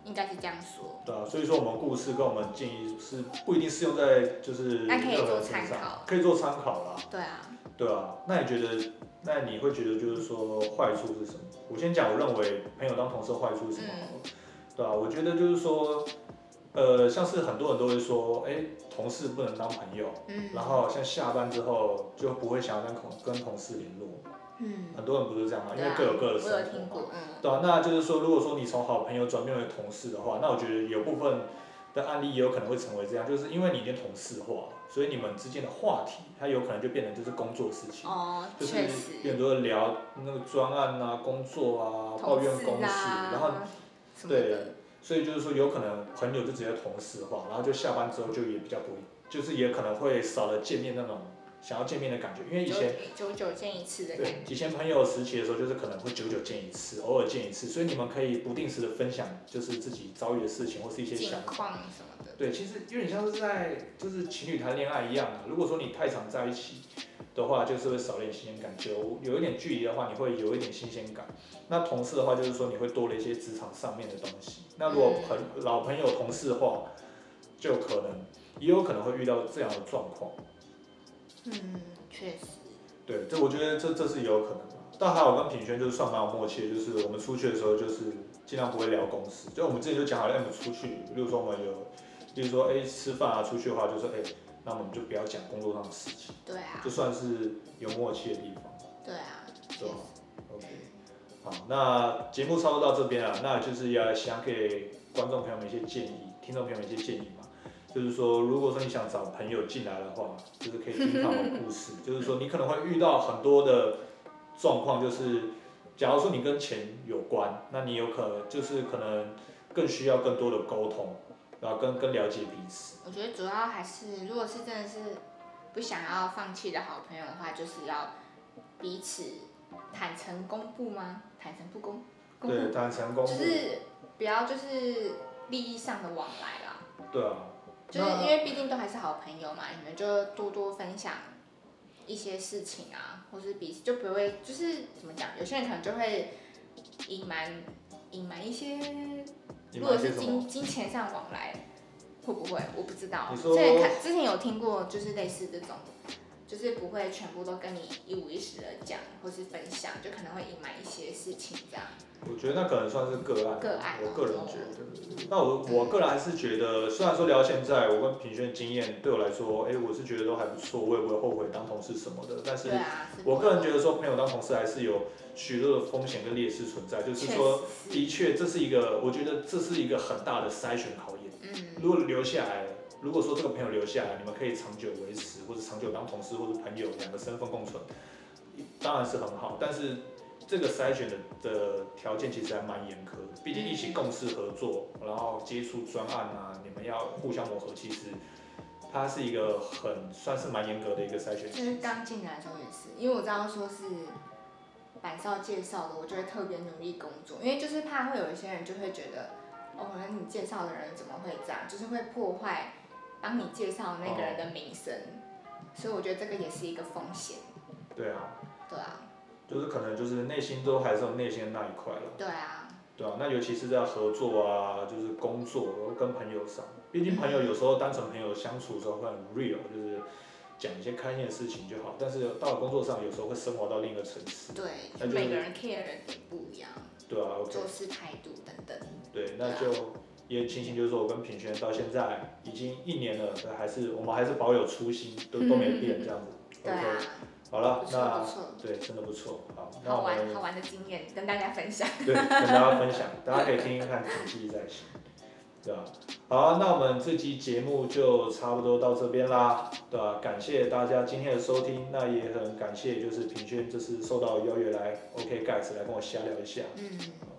S2: 应该是这样说。
S1: 对啊，所以说我们故事跟我们建议是不一定适用在就是
S2: 但可以
S1: 任何
S2: 做
S1: 人身
S2: 参
S1: 上
S2: 考
S1: 可以做参考啦。
S2: 对啊，
S1: 对啊，那你觉得，那你会觉得就是说坏处是什么？我先讲，我认为朋友当同事的坏处是什么好了？对啊，我觉得就是说，呃，像是很多人都会说，哎、同事不能当朋友，
S2: 嗯，
S1: 然后像下班之后就不会想要跟同跟同事联络，
S2: 嗯，
S1: 很多人不是这样吗？因
S2: 对
S1: 为
S2: 啊，
S1: 各有各的生
S2: 我有听
S1: 活嘛。
S2: 过，嗯，
S1: 对啊，那就是说，如果说你从好朋友转变为同事的话，那我觉得有部分的案例也有可能会成为这样，就是因为你已经同事化，所以你们之间的话题，它有可能就变成就是工作事情。
S2: 哦，
S1: 就是
S2: 确
S1: 有
S2: 实，
S1: 很多聊那个专案啊、工作啊、抱怨公
S2: 同
S1: 事，
S2: 事啊，
S1: 然后
S2: 什么
S1: 对
S2: 的，，
S1: 所以就是说有可能朋友就直接同事化，然后就下班之后就也比较不会，就是也可能会少了见面那种想要见面的感觉，因为以前
S2: 久久久见一次的感觉，
S1: 对以前朋友时期的时候，就是可能会久久见一次，偶尔见一次，所以你们可以不定时的分享就是自己遭遇的事情或是一些
S2: 近
S1: 想法。
S2: 况什么的，
S1: 对，其实有点像是在就是情侣谈恋爱一样啊。如果说你太常在一起的话，就是会少了一点新鲜感；久有一点距离的话，你会有一点新鲜感。那同事的话，就是说你会多了一些职场上面的东西。那如果朋老朋友同事的话，就可能也有可能会遇到这样的状况。
S2: 嗯，确实，
S1: 对，这我觉得这这是有可能的。但还有跟品轩就是算蛮有默契的，就是我们出去的时候就是尽量不会聊公司，就我们之前就讲好了，哎我们出去，例如说我们有，例如说哎、吃饭啊出去的话，就说哎、那我们就不要讲工作上的事情，
S2: 对啊
S1: 就，算是有默契的地方，
S2: 对啊，
S1: 对吧？OK，好，那节目差不多到这边了，那就是要想给观众朋友们一些建议，听众朋友们一些建议嘛。就是说，如果说你想找朋友进来的话，就是可以听他们的故 事。就是说，你可能会遇到很多的状况，就是假如说你跟钱有关，那你有可能就是可能更需要更多的沟通，然后更更了解彼此。
S2: 我觉得主要还是，如果是真的是不想要放弃的好朋友的话，就是要彼此坦诚公布吗？坦诚不公，公布
S1: 对，坦诚公布，
S2: 就是不要就是利益上的往来啦，
S1: 对啊，
S2: 就是
S1: 那
S2: 因为毕竟都还是好朋友嘛，你们就多多分享一些事情啊，或是彼此就不会就是怎么讲，有些人可能就会隐瞒隐瞒一些，
S1: 你
S2: 如
S1: 们
S2: 果
S1: 一些
S2: 是
S1: 什么？
S2: 金金钱上往来，会不会我不知道。
S1: 你
S2: 之
S1: 说
S2: 前看之前有听过，就是类似这种，就是不会全部都跟你一五一十的讲或是分享，就可能会隐瞒一些事情这样。
S1: 我觉得那可能算是个案，
S2: 个案
S1: 我个人觉得，那我我个人还是觉得，虽然说聊现在，我跟品轩经验对我来说，哎、我是觉得都还不错，我也不会后悔当同事什么的。但是
S2: 对啊，是
S1: 我个人觉得说，朋友当同事还是有许多的风险跟劣势存在，就是说，
S2: 确实是
S1: 的确这是一个，我觉得这是一个很大的筛选考验。
S2: 嗯，
S1: 如果留下来，如果说这个朋友留下来，你们可以长久维持，或者长久当同事或者朋友，两个身份共存，当然是很好。但是这个筛选的的条件其实还蛮严苛的，毕竟一起共事合作，然后接触专案啊，你们要互相磨合，其实它是一个很算是蛮严格的一个筛选。
S2: 就是刚进来的时候也是，因为我知道说是板少介绍的，我就会特别努力工作，因为就是怕会有一些人就会觉得，哦，可能你介绍的人怎么会这样，就是会破坏帮你介绍那个人的名声，所以我觉得这个也是一个风险，
S1: 对啊，
S2: 对啊，
S1: 就是可能就是内心都还是有内心的那一块了。
S2: 对啊，
S1: 对啊，那尤其是在合作啊，就是工作跟朋友上，毕竟朋友有时候单纯朋友相处的时候会很 real，就是讲一些开心的事情就好。但是到了工作上，有时候会升华到另一个层次。
S2: 对，
S1: 那
S2: 就
S1: 就是
S2: 每个人 care 的点不一样，
S1: 对啊，OK，
S2: 做事态度等等，
S1: 对，那就也庆幸就是说我跟品轩到现在已经一年了，但还是我们还是保有初心，都都没变这样子。
S2: 对啊
S1: OK，，好了
S2: 不，错不
S1: 那
S2: 错，
S1: 对，真的不错。好，那
S2: 好
S1: 我
S2: 玩好
S1: 们
S2: 玩的经验跟大家分享，
S1: 对跟大家分享，大家可以听听看，谨记在心。对吧？好啊、那我们这期节目就差不多到这边啦，对吧、感谢大家今天的收听，那也很感谢就是平轩这次受到邀约来 OK Guys 来跟我瞎聊一下
S2: 嗯，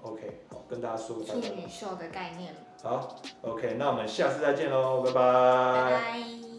S1: ，OK，好，跟大家说拜
S2: 处
S1: 拜，
S2: 女秀的概念，
S1: 好，OK，那我们下次再见喽，拜
S2: 拜拜。